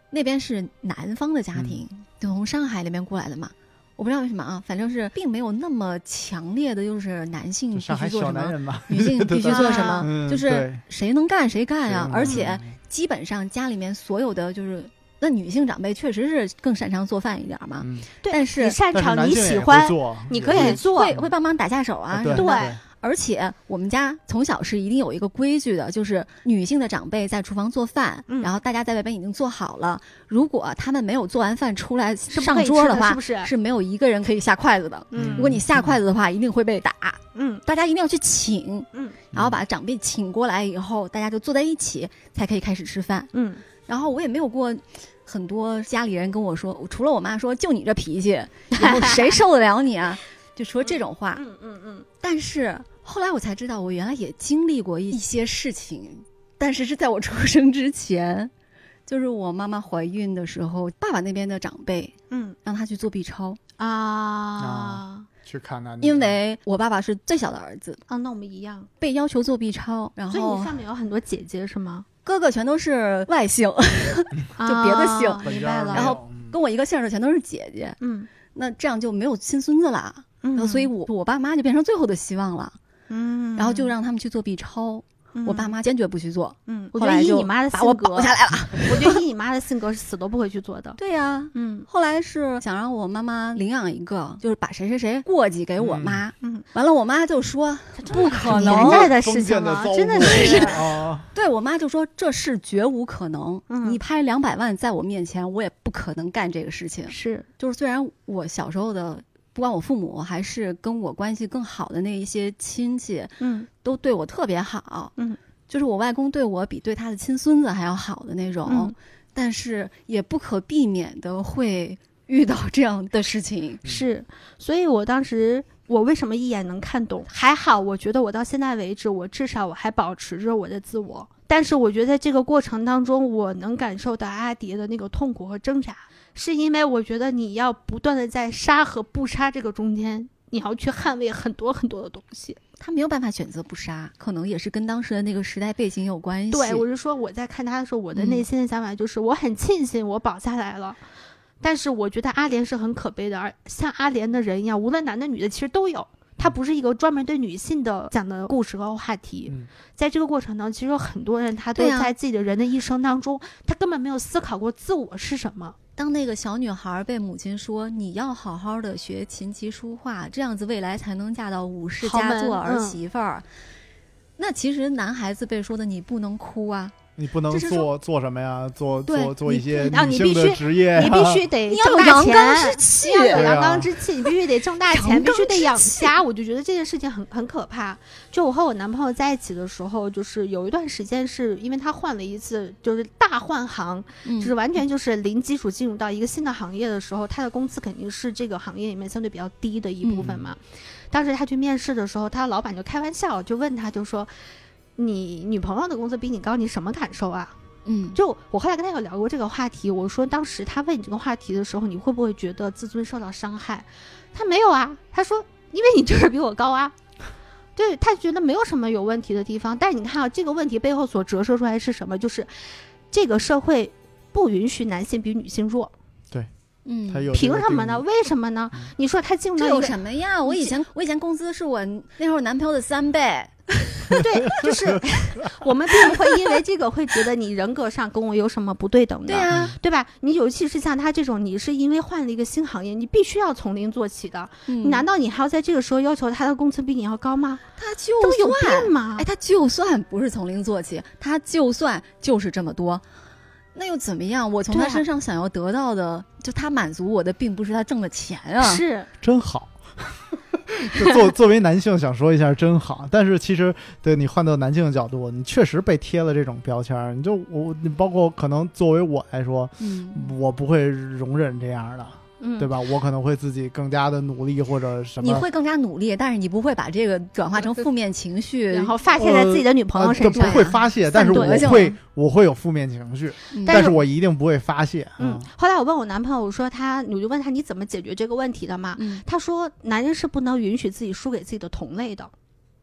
Speaker 4: 那边是南方的家
Speaker 2: 嗯
Speaker 4: 庭，就从上海那边过来的嘛。我不知道为什么啊，反正是并没有那么强烈的，就是男性
Speaker 1: 嗯
Speaker 2: 就
Speaker 4: 必
Speaker 2: 上海
Speaker 4: 须做
Speaker 2: 小
Speaker 4: 什
Speaker 2: 男
Speaker 4: 么，
Speaker 2: 人嘛，(laughs)
Speaker 4: 女性必须做什么，
Speaker 2: 嗯
Speaker 4: 就是
Speaker 2: 对
Speaker 4: 谁能干谁
Speaker 1: 哎
Speaker 4: 干呀、
Speaker 2: 是
Speaker 4: 而且
Speaker 2: 嗯
Speaker 4: 基本上家里面所有的就是，那女性长辈确实是更擅长做饭一点嘛，
Speaker 2: 嗯
Speaker 1: 对
Speaker 4: 但
Speaker 1: 你
Speaker 4: 是
Speaker 1: 啊擅
Speaker 2: 但是
Speaker 1: 长，
Speaker 2: 男
Speaker 1: 你
Speaker 2: 性
Speaker 1: 喜
Speaker 2: 也会
Speaker 1: 欢，
Speaker 2: 做嗯
Speaker 1: 你
Speaker 2: 也
Speaker 1: 可以做。
Speaker 4: 会会帮忙打下手啊什
Speaker 2: 对
Speaker 4: 么的。
Speaker 2: 对
Speaker 4: 而且我们家从小是一定有一个规矩的，就是女性的长辈在厨房做饭，
Speaker 1: 嗯
Speaker 4: 然后大家在外边已经做好了。如果他们没有做完饭出来
Speaker 1: 是不
Speaker 4: 上
Speaker 1: 可以
Speaker 4: 桌
Speaker 1: 吃
Speaker 4: 话，
Speaker 1: 是不是？
Speaker 4: 是没有一个人可以下筷子的。
Speaker 1: 嗯
Speaker 4: 如果你下筷子的话，一定会被打。
Speaker 1: 嗯
Speaker 4: 大家一定要去请，
Speaker 1: 嗯
Speaker 4: 然后把长辈请过来以后，大家就坐在一起，才可以开始吃饭。
Speaker 1: 嗯，
Speaker 4: 然后我也没有过很多家里人跟我说，除了我妈说就你这脾气，以后
Speaker 1: (laughs)
Speaker 4: 谁受得了你啊？就说这种话。
Speaker 1: 嗯嗯嗯，
Speaker 4: 但是后来我才知道，我原来也经历过一一些事情，但是是在我出生之前，就是我妈妈怀孕的时候，爸爸那边的长辈
Speaker 1: 嗯
Speaker 4: 让她去做 B 超，
Speaker 1: 啊
Speaker 2: 去看看，
Speaker 4: 因为我爸爸是最小的儿子，
Speaker 1: 啊，那我们一样。
Speaker 4: 被要求做 B 超，然
Speaker 1: 所以你
Speaker 4: 后
Speaker 1: 上面有很多姐姐是
Speaker 4: (laughs)
Speaker 1: 吗？
Speaker 4: 哥哥全都是外姓， (laughs)
Speaker 1: 就
Speaker 4: 别的
Speaker 2: 本
Speaker 4: 姓
Speaker 1: 啊明
Speaker 2: 家
Speaker 1: 白
Speaker 2: 儿
Speaker 1: 了。
Speaker 2: 没
Speaker 4: 然后
Speaker 2: 有嗯
Speaker 4: 跟我一个姓儿的全都是姐姐，
Speaker 1: 嗯
Speaker 4: 那这样就没有亲孙子了，然后
Speaker 1: 嗯，
Speaker 4: 所以我我爸妈就变成最后的希望了，
Speaker 1: 嗯，
Speaker 4: 然后就让他们去做 B 超，我爸
Speaker 1: 妈，
Speaker 4: 妈坚决不去做，
Speaker 1: 嗯，我
Speaker 4: 后
Speaker 1: 觉
Speaker 4: 来
Speaker 1: 得以
Speaker 4: 就
Speaker 1: 你妈的
Speaker 4: 把我
Speaker 1: 性格，
Speaker 4: 绑下来了。
Speaker 1: 我觉得以你妈的性格是死都不会去做的。
Speaker 4: 对呀、
Speaker 1: 嗯
Speaker 4: 后来是想让我妈妈领养一个，就是把谁谁谁过继给我妈。
Speaker 1: 嗯，
Speaker 4: 完了，我妈就说，不可
Speaker 1: 年
Speaker 4: 能。
Speaker 1: 代的
Speaker 2: 封
Speaker 1: 事情
Speaker 2: 建的
Speaker 1: 了
Speaker 2: 糟，
Speaker 1: 真的
Speaker 2: 粕
Speaker 1: 是
Speaker 2: (laughs) 啊，
Speaker 4: 对我妈就说这事绝无可能。
Speaker 1: 嗯
Speaker 4: 你拍两百万在我面前，我也不可能干这个事情。
Speaker 1: 是，
Speaker 4: 就是虽然我小时候的，不管我父母还是跟我关系更好的那一些亲戚，
Speaker 1: 嗯
Speaker 4: 都对我特别好。
Speaker 1: 嗯，
Speaker 4: 就是我外公对我比对他的亲孙子还要好的那种，
Speaker 1: 嗯
Speaker 4: 但是也不可避免的会遇到这样的事情。
Speaker 1: 是，所以我当时。我为什么一眼能看懂？还好，我觉得我到现在为止，我至少我还保持着我的自我。但是我觉得在这个过程当中，我能感受到阿迪的那个痛苦和挣扎，是因为我觉得你要不断的在杀和不杀这个中间你要去捍卫很多很多的东西。
Speaker 4: 他没有办法选择不杀，可能也是跟当时的那个时代背景有关系。
Speaker 1: 对我是说，我在看他的时候，我的内心的想法就是，我很庆幸我保下来了。但是我觉得阿莲是很可悲的，而像阿莲的人一样，无论男的女的，其实都有。它不是一个专门对女性的讲的故事和话题，
Speaker 2: 嗯
Speaker 1: 在这个过程当中，其实有很多人他都
Speaker 4: 对啊
Speaker 1: 在自己的人的一生当中，他根本没有思考过自我是什么。
Speaker 4: 当那个小女孩被母亲说你要好好的学琴棋书画，这样子未来才能嫁到武士
Speaker 1: 豪
Speaker 4: 家
Speaker 1: 门
Speaker 4: 做儿
Speaker 1: 嗯
Speaker 4: 媳妇儿。那其实男孩子被说的你不能哭啊，
Speaker 2: 你不能
Speaker 4: 这是
Speaker 2: 做做什么呀？做
Speaker 4: 对
Speaker 2: 做做一些
Speaker 1: 你不啊
Speaker 2: 女
Speaker 1: 你
Speaker 2: 性
Speaker 1: 必
Speaker 2: 的
Speaker 1: 须
Speaker 2: 职业，啊
Speaker 1: 你必须得
Speaker 4: (laughs) 你要
Speaker 1: 哎挣
Speaker 4: 有
Speaker 1: 大
Speaker 4: 阳
Speaker 1: 钱，(laughs)
Speaker 4: 刚之气
Speaker 1: 你。要有
Speaker 2: 对啊
Speaker 1: 阳刚之气，你必须得挣大
Speaker 4: 阳
Speaker 1: 钱，必
Speaker 4: 刚
Speaker 1: 须得
Speaker 4: 之
Speaker 1: 养
Speaker 4: 气
Speaker 1: 家。我就觉得这件事情很很可怕。就我和我男朋友在一起的时候，就是有一段时间是因为他换了一次，就是大换行，
Speaker 4: 嗯
Speaker 1: 就是完全就是零基础进入到一个新的行业的时候，他的工资肯定是这个行业里面相对比较低的一部分嘛。
Speaker 4: 嗯
Speaker 1: 当时他去面试的时候，他老板就开玩笑就问他，就说：“你女朋友的工资比你高，你什么感受啊？”
Speaker 4: 嗯，
Speaker 1: 就我后来跟他有聊过这个话题，我说当时他问你这个话题的时候，你会不会觉得自尊受到伤害？他没有啊，他说因为你就是比我高啊， (laughs) 对他觉得没有什么有问题的地方。但你看啊，这个问题背后所折射出来是什么？就是这个社会不允许男性比女性弱，
Speaker 4: 嗯，
Speaker 2: 他有这
Speaker 1: 凭
Speaker 2: 个
Speaker 1: 什么呢？
Speaker 2: 定义？
Speaker 1: 为什么呢
Speaker 2: 嗯？
Speaker 1: 你说他进入
Speaker 4: 这
Speaker 1: 了一
Speaker 4: 有
Speaker 1: 个
Speaker 4: 什么呀？我以前我以前工资是我那会儿男朋友的三倍，
Speaker 1: 对，就是我们并不会因为这个会觉得你人格上跟我有什么不对等的。
Speaker 4: 对啊，
Speaker 1: 对吧？你尤其是像他这种，你是因为换了一个新行业，你必须要从零做起的。
Speaker 4: 嗯
Speaker 1: 难道你还要在这个时候要求他的工资比你要高吗？
Speaker 4: 他就
Speaker 1: 都有
Speaker 4: 算
Speaker 1: 病吗
Speaker 4: 哎，？他就算不是从零做起，他就算就是这么多，那又怎么样？我从
Speaker 1: 对
Speaker 4: 他
Speaker 1: 啊
Speaker 4: 身上想要得到的，就他满足我的，并不是他挣的钱啊。
Speaker 2: 嗯
Speaker 1: 是，
Speaker 2: 真好。 (laughs) 就作作为男性想说一下真好，但是其实对你换到男性的角度，你确实被贴了这种标签儿。你就我，你包括可能作为我来说，
Speaker 4: 嗯，
Speaker 2: 我不会容忍这样的，
Speaker 1: 嗯，
Speaker 2: 对吧？我可能会自己更加的努力或者什么。呃
Speaker 4: 你会更加努力，但是你不会把这个转化成负面情绪。
Speaker 1: 然后嗯发泄在自己的女朋友身
Speaker 2: 呃
Speaker 1: 上。嗯
Speaker 2: 不会发泄，但
Speaker 4: 散
Speaker 2: 是
Speaker 4: 德
Speaker 2: 我
Speaker 4: 性
Speaker 2: 会我会有负面情绪，
Speaker 4: 嗯，
Speaker 2: 但
Speaker 1: 但
Speaker 2: 是
Speaker 1: 是
Speaker 2: 我一定不会发泄。啊
Speaker 1: 嗯，后来我问我男朋友，我说他，我就问他你怎么解决这个问题的嘛？
Speaker 4: 嗯，
Speaker 1: 他说男人是不能允许自己输给自己的同类的，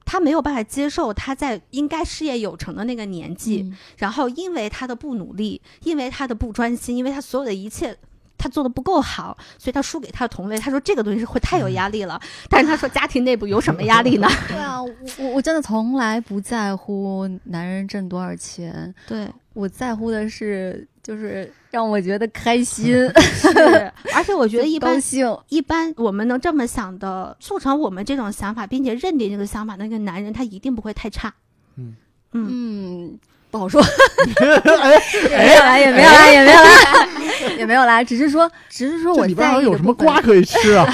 Speaker 1: 他没有办法接受他在应该事业有成的那个年纪，
Speaker 4: 嗯
Speaker 1: 然后因为他的不努力，因为他的不专心，因为他所有的一切。他做的不够好，所以他输给他的同类。他说这个东西是会太有压力了，但是他说家庭内部有什么压力呢？
Speaker 4: 对啊，我我我真的从来不在乎男人挣多少钱，
Speaker 1: 对，
Speaker 4: 我在乎的是就是让我觉得开心，
Speaker 1: 是。而且我觉得一
Speaker 4: (laughs) 高
Speaker 1: 般
Speaker 4: 兴。
Speaker 1: 一般我们能这么想的，促成我们这种想法，并且认定这个想法的那个男人，他一定不会太差。
Speaker 2: 嗯
Speaker 1: 嗯，
Speaker 4: 嗯，不
Speaker 2: (laughs)
Speaker 4: 好说，
Speaker 2: 哎，
Speaker 4: 没有啦，也没有啦，也没有啦， (laughs) 也没有啦，只是说，只是说
Speaker 2: 这
Speaker 4: 我
Speaker 2: 里边
Speaker 4: 在
Speaker 2: 好
Speaker 4: 意
Speaker 2: 像
Speaker 4: 的
Speaker 2: 有什么
Speaker 4: 部分
Speaker 2: 瓜，可以吃
Speaker 4: (laughs)
Speaker 2: 啊？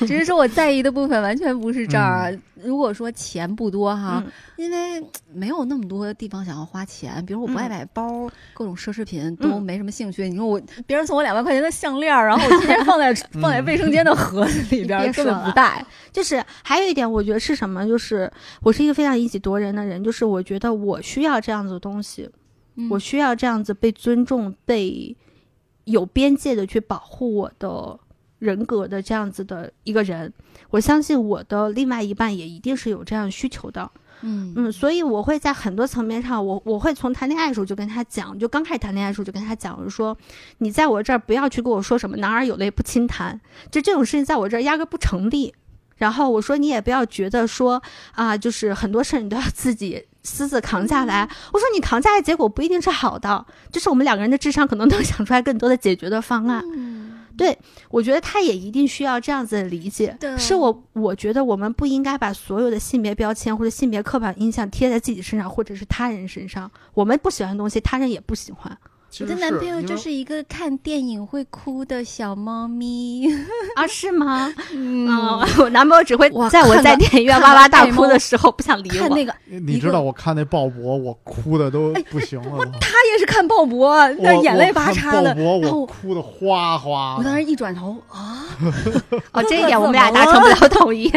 Speaker 4: 只是说我在意的部分完全不是这儿。啊
Speaker 2: 嗯
Speaker 4: 如果说钱不多哈，
Speaker 1: 嗯
Speaker 4: 因为没有那么多地方想要花钱，比如我不爱
Speaker 1: 嗯
Speaker 4: 买包，各种奢
Speaker 2: 嗯
Speaker 4: 侈品都没什么兴趣。你说我别人送我两万块钱的项链儿，然后我天天放在
Speaker 2: 嗯
Speaker 4: 放在卫生间的盒子里边儿，
Speaker 1: 别
Speaker 4: 根
Speaker 1: 说
Speaker 4: 本不
Speaker 1: 了
Speaker 4: 戴。
Speaker 1: 就是还有一点，我觉得是什么？就是我是一个非常以己夺人的人，就是我觉得我需要这样子的东西，
Speaker 4: 嗯
Speaker 1: 我需要这样子被尊重、被有边界的去保护我的人格的这样子的一个人。我相信我的另外一半也一定是有这样需求的，
Speaker 4: 嗯
Speaker 1: 嗯，所以我会在很多层面上，我我会从谈恋爱的时候就跟他讲，就刚开始谈恋爱的时候就跟他讲，我就说你在我这儿不要去跟我说什么男儿有泪不轻弹，就这种事情在我这儿压根不成立。然后我说你也不要觉得说啊，就是很多事儿你都要自己私自扛下来。我说你扛下来结果不一定是好的，就是我们两个人的智商可能能想出来更多的解决的方案。
Speaker 4: 嗯
Speaker 1: 我觉得他也一定需要这样子的理解
Speaker 4: 对。
Speaker 1: 是我，我觉得我们不应该把所有的性别标签或者性别刻板印象贴在自己身上，或者是他人身上。我们不喜欢的东西，他人也不喜欢。
Speaker 2: 其
Speaker 4: 我
Speaker 2: 实
Speaker 4: 的男朋友
Speaker 2: 因
Speaker 4: 就
Speaker 2: 为
Speaker 4: 是一个看电影会哭的小猫咪。
Speaker 1: (laughs)
Speaker 4: (laughs)
Speaker 1: 啊，是吗？
Speaker 4: 嗯
Speaker 1: 嗯，，我男朋友只会
Speaker 4: 哇
Speaker 1: 在我
Speaker 4: 看
Speaker 1: 在
Speaker 4: 到
Speaker 1: 电影院
Speaker 4: 看
Speaker 1: 哇
Speaker 4: 到
Speaker 1: 哇大
Speaker 4: 爱
Speaker 1: 哭
Speaker 4: 猫
Speaker 1: 的时候不想理
Speaker 4: 看
Speaker 1: 我。
Speaker 4: 那个，哎
Speaker 2: 你知道我看那鲍勃，我哭的都不行了都。
Speaker 4: 他也是看鲍勃，啊
Speaker 2: 我
Speaker 4: 那眼泪
Speaker 2: 我
Speaker 4: 巴
Speaker 2: 看
Speaker 4: 叉的
Speaker 2: 鲍。勃
Speaker 4: 然后
Speaker 2: 我哭的哗哗的。
Speaker 4: 我当时一转头啊，
Speaker 1: 哦，这一
Speaker 4: 那
Speaker 1: 点我
Speaker 4: 怎
Speaker 1: 们俩
Speaker 4: 么
Speaker 1: 达成不了统一。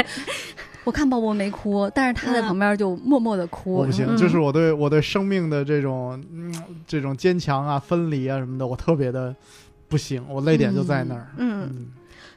Speaker 4: 我看鲍勃没哭，但是他在
Speaker 1: 嗯
Speaker 4: 旁边就默默的
Speaker 2: 我
Speaker 4: 哭
Speaker 1: (laughs)
Speaker 2: 不。行，
Speaker 1: 嗯
Speaker 2: 就是我对我对生命的这种嗯这种坚强啊、分离啊什么的，我特别的不行，我泪点就在那儿。
Speaker 1: (laughs) 嗯，
Speaker 2: 嗯，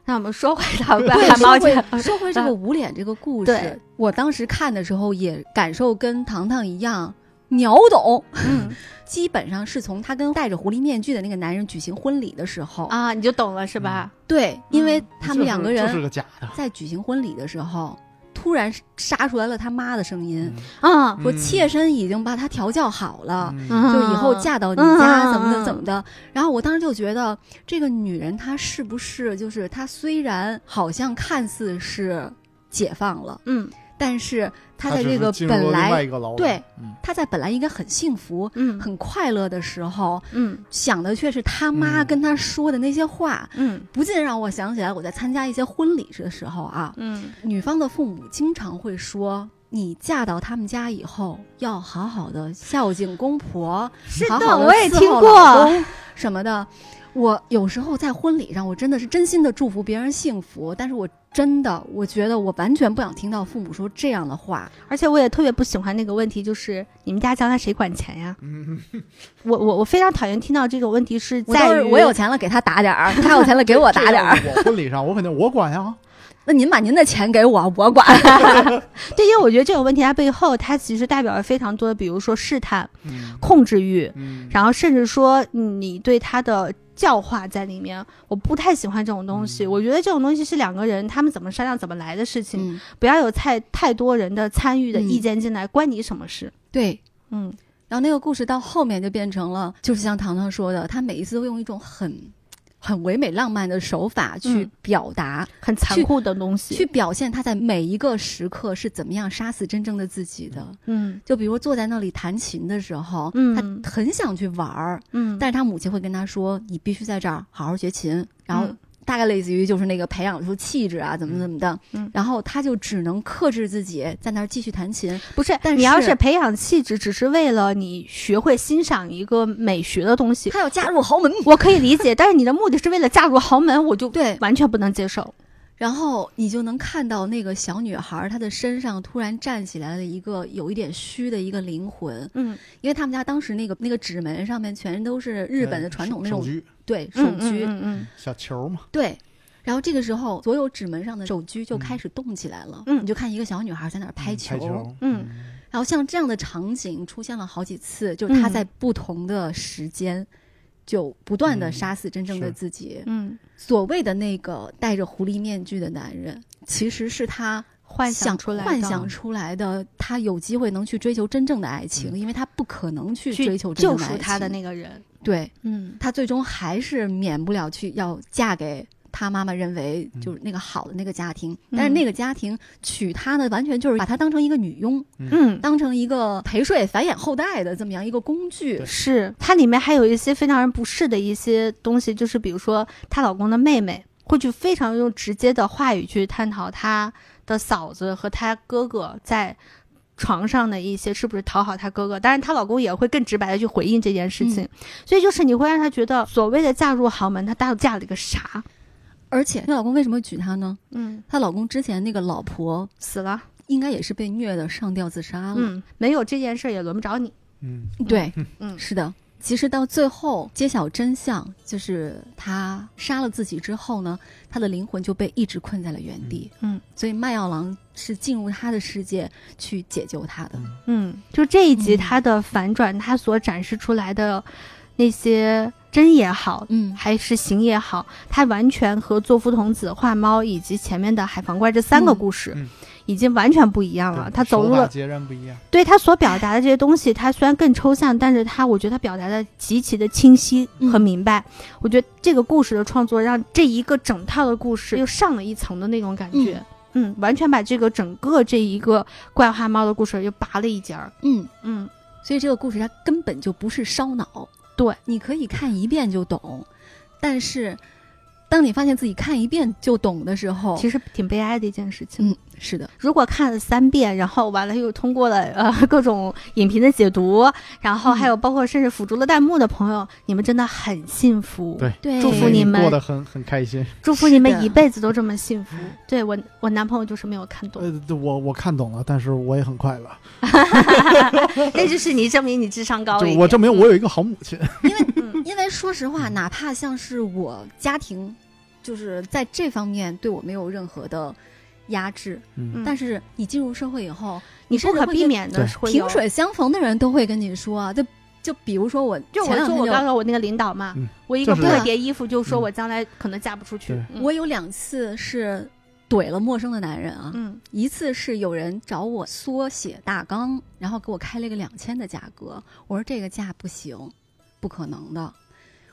Speaker 1: 那我们说回 (laughs) 到《
Speaker 4: 对
Speaker 1: 白猫
Speaker 4: 说
Speaker 1: 姐》
Speaker 4: 回说回这个无脸这个故
Speaker 1: 对
Speaker 4: 事，我当时看的时候也感受跟糖糖一样，秒懂。
Speaker 1: 嗯
Speaker 4: 基本上是从他跟戴着狐狸面具的那个男人举行婚礼的时候，
Speaker 1: 啊，你就懂了是吧？
Speaker 4: 对，因为
Speaker 1: 嗯
Speaker 4: 他们两个人
Speaker 2: 就是个假的。
Speaker 4: 在举行婚礼的时候，突然杀出来了他妈的声音，
Speaker 1: 嗯
Speaker 4: 说妾身已经把他调教好了。
Speaker 1: 嗯
Speaker 4: 就以啊后嫁到你
Speaker 1: 嗯
Speaker 4: 家
Speaker 1: 嗯
Speaker 4: 怎么
Speaker 1: 嗯
Speaker 4: 的怎么的，然后我当时就觉得这个女人她是不是就是她虽然好像看似是解放了，
Speaker 1: 嗯
Speaker 4: 但是她
Speaker 2: 他
Speaker 4: 在
Speaker 2: 只
Speaker 4: 这
Speaker 2: 是
Speaker 4: 个
Speaker 2: 进入
Speaker 4: 本
Speaker 2: 了另外
Speaker 4: 来
Speaker 2: 一个牢笼
Speaker 4: 对，
Speaker 2: 嗯
Speaker 4: 她在本来应该很幸福、
Speaker 1: 嗯
Speaker 4: 很快乐的时候，
Speaker 1: 嗯
Speaker 4: 想的却是他妈
Speaker 2: 嗯
Speaker 4: 跟她说的那些话，
Speaker 1: 嗯
Speaker 4: 不禁让我想起来我在参加一些婚礼的时候啊，
Speaker 1: 嗯
Speaker 4: 女方的父母经常会说。你嫁到他们家以后，要好好的孝敬公婆，
Speaker 1: 是
Speaker 4: 好
Speaker 1: 的，
Speaker 4: 好地
Speaker 1: 我也
Speaker 4: 伺
Speaker 1: 听
Speaker 4: 候老
Speaker 1: 过。
Speaker 4: 公什么的。我有时候在婚礼上，我真的是真心的祝福别人幸福，但是我真的我觉得我完全不想听到父母说这样的话。
Speaker 1: 而且我也特别不喜欢那个问题，就是你们家将来谁管钱呀？
Speaker 2: 嗯，
Speaker 1: 我我我非常讨厌听到这种问题，是
Speaker 4: 我都
Speaker 1: 在于
Speaker 4: 是我有钱了给他打点 (laughs) 儿，他有钱了给我打点儿。
Speaker 2: 这个我婚礼上我肯定我管
Speaker 4: (laughs)
Speaker 2: 呀，
Speaker 4: 那您把您的钱给我，我管。
Speaker 1: 对，因为我觉得这种问题它背后，它其实代表了非常多的，比如说试探、
Speaker 2: 嗯
Speaker 1: 控制欲，
Speaker 2: 嗯，
Speaker 1: 然后甚至说你对他的教化在里面。我不太喜欢这种东西，
Speaker 2: 嗯
Speaker 1: 我觉得这种东西是两个人他们怎么商量怎么来的事情，
Speaker 4: (laughs) 嗯，
Speaker 1: 不要有太太多人的参与的
Speaker 4: 嗯
Speaker 1: 意见进来，关你什么事？
Speaker 4: 对。
Speaker 1: 嗯
Speaker 4: 然后那个故事到后面就变成了，就是像糖糖说的，他每一次都用一种很很唯美浪漫的手法去
Speaker 1: 嗯
Speaker 4: 表达，
Speaker 1: 很残
Speaker 4: 去
Speaker 1: 酷的东西。
Speaker 4: 去表现他在每一个时刻是怎么样杀死真正的自己的。
Speaker 1: 嗯
Speaker 4: 就比如坐在那里弹琴的时候，
Speaker 1: 嗯
Speaker 4: 他很想去玩儿，
Speaker 1: 嗯，
Speaker 4: 但是他母亲会跟他说：“你必须在这儿好好学琴。”然后
Speaker 1: 嗯
Speaker 4: 大概类似于就是那个培养出气质啊，怎么怎么的。
Speaker 1: 嗯
Speaker 4: 然后他就只能克制自己，在那儿继续弹琴。
Speaker 1: 不是，
Speaker 4: 但
Speaker 1: 你要
Speaker 4: 是
Speaker 1: 是培养气质，只是为了你学会欣赏一个美学的东西，
Speaker 4: 他要加入豪门，
Speaker 1: 我可以理解。但是你的目的是为了嫁入豪门，我就
Speaker 4: 对。
Speaker 1: 完全不能接受。
Speaker 4: 然后你就能看到那个小女孩，她的身上突然站起来了一个有一点虚的一个灵魂，
Speaker 1: 嗯
Speaker 4: 因为他们家当时那个那个纸门上面全都是日本的传统
Speaker 2: 呃嗯
Speaker 4: 那
Speaker 2: 手
Speaker 4: 种、
Speaker 2: 鞠
Speaker 4: 对手
Speaker 1: 嗯
Speaker 4: 鞠。
Speaker 1: 嗯嗯
Speaker 2: 小球嘛，
Speaker 4: 对，然后这个时候，所有纸门上的手鞠就开始动起来了。
Speaker 1: 嗯
Speaker 4: 你就看一个小女孩在那儿拍球，
Speaker 2: 球，
Speaker 1: 嗯
Speaker 4: 然后像这样的场景出现了好几次，就是她在不同的时间。就不断的
Speaker 2: 嗯
Speaker 4: 杀死真正的
Speaker 2: 是
Speaker 4: 自己。
Speaker 1: 嗯，
Speaker 4: 所谓的那个戴着狐狸面具的男人，其实是他
Speaker 1: 幻想
Speaker 4: 想
Speaker 1: 出来的，
Speaker 4: 幻想出来的。他有机会能去追求真正的爱情，
Speaker 2: 嗯
Speaker 4: 因为他不可能去
Speaker 1: 去
Speaker 4: 追求真
Speaker 1: 救
Speaker 4: 正的爱
Speaker 1: 赎
Speaker 4: 情。
Speaker 1: 他的那个人。
Speaker 4: 对，
Speaker 1: 嗯
Speaker 4: 她最终还是免不了去要嫁给她妈妈认为
Speaker 2: 嗯
Speaker 4: 就是那个好的那个家庭，
Speaker 1: 嗯
Speaker 4: 但是那个家庭娶她呢，完全就是把她当成一个女佣，
Speaker 1: 嗯，
Speaker 4: 当成一个陪睡繁衍后代的这么样一个工具
Speaker 2: 对。
Speaker 1: 是它里面还有一些非常让人不适的一些东西，就是比如说她老公的妹妹会去非常用直接的话语去探讨她的嫂子和她哥哥在。床上的一些是不是讨好她哥哥？当然，她老公也会更直白的去回应这件事情，所以就是你会让她觉得所谓的嫁入豪门，她到底嫁了个啥？
Speaker 4: 而且她老公为什么娶她呢？
Speaker 1: 嗯，
Speaker 4: 她老公之前那个老婆
Speaker 1: 死了，
Speaker 4: 应该也是被虐的上吊自杀了。
Speaker 1: 嗯，没有这件事儿也轮不着你。
Speaker 2: 嗯，
Speaker 4: 对，
Speaker 1: 嗯
Speaker 4: 是的。其实到最后揭晓真相，就是他杀了自己之后呢，他的灵魂就被一直困在了原地。
Speaker 1: 嗯嗯
Speaker 4: 所以麦药郎是进入他的世界去解救他的。
Speaker 1: 嗯，就这一集
Speaker 4: 嗯
Speaker 1: 它的反转，它所展示出来的那些真也好，
Speaker 4: 嗯，
Speaker 1: 还是行也好，它完全和作夫童子、画猫以及前面的海防怪这三个
Speaker 4: 嗯
Speaker 1: 故事、
Speaker 2: 嗯
Speaker 1: 已经完全不一
Speaker 4: 啊
Speaker 1: 样了。
Speaker 2: 对
Speaker 1: 它走入
Speaker 2: 手法
Speaker 1: 了
Speaker 2: 截然不一样，
Speaker 1: 对它所表达的这些东西，它虽然更抽象，但是它我觉得它表达的极其的清晰和
Speaker 4: 嗯
Speaker 1: 明白。我觉得这个故事的创作让这一个整套的故事又上了一层的那种感觉。嗯完全把这个整个这一个怪画猫的故事又拔了一截儿。
Speaker 4: 嗯，
Speaker 1: 嗯，
Speaker 4: 所以这个故事它根本就不是烧脑，
Speaker 1: 对，
Speaker 4: 你可以看一遍就懂，但是当你发现自己看一遍就懂的时候，
Speaker 1: 其实挺悲哀的一件事情。
Speaker 4: 嗯，是的，
Speaker 1: 如果看了三遍，然后完了又通过了呃 (laughs) 各种影评的解读，然后
Speaker 4: 嗯
Speaker 1: 还有包括甚至辅助了弹幕的朋友，你们真的很幸福。
Speaker 2: 对
Speaker 4: 对
Speaker 1: 祝福你们
Speaker 2: 过得很很开心。
Speaker 1: 祝福你
Speaker 4: 是
Speaker 1: 们
Speaker 4: 的
Speaker 1: 一辈子都这么幸
Speaker 2: 嗯
Speaker 1: 福。对我，我男朋友就是没有看懂，
Speaker 2: 呃，我我看懂了，但是我也很快乐。
Speaker 1: 那哎就是你证明你智商高一
Speaker 2: 就
Speaker 1: 点。
Speaker 2: 我证明
Speaker 4: 嗯
Speaker 2: 我有一个好母亲，
Speaker 1: 嗯
Speaker 4: 因为说实话，哪怕像是我家庭就是在这方面对我没有任何的压制。
Speaker 2: 嗯
Speaker 1: (laughs) 嗯
Speaker 4: 但是你进入社会以后，
Speaker 1: 你不
Speaker 4: 甚至
Speaker 1: 可
Speaker 4: 会
Speaker 1: 避
Speaker 4: 跟
Speaker 1: 免的
Speaker 2: 对
Speaker 1: 会有
Speaker 4: 萍。水相逢的人都会跟你说，啊就就比如说我
Speaker 1: 就
Speaker 4: 前
Speaker 1: 我
Speaker 4: 两
Speaker 1: 说我
Speaker 4: 天就
Speaker 1: 刚刚我那个领导嘛，
Speaker 2: 嗯
Speaker 1: 我一
Speaker 2: 就
Speaker 1: 个
Speaker 2: 是
Speaker 1: 不
Speaker 4: 这
Speaker 1: 会
Speaker 4: 样
Speaker 1: 叠衣服，就说
Speaker 2: 嗯
Speaker 1: 我将来可能嫁不出去
Speaker 2: 对。
Speaker 1: 嗯
Speaker 4: 我有两次是怼了陌生的男人啊，
Speaker 1: 嗯
Speaker 4: 一次是有人找我缩写大纲，然后给我开了一个两千的价格，我说这个价不行，不可能的，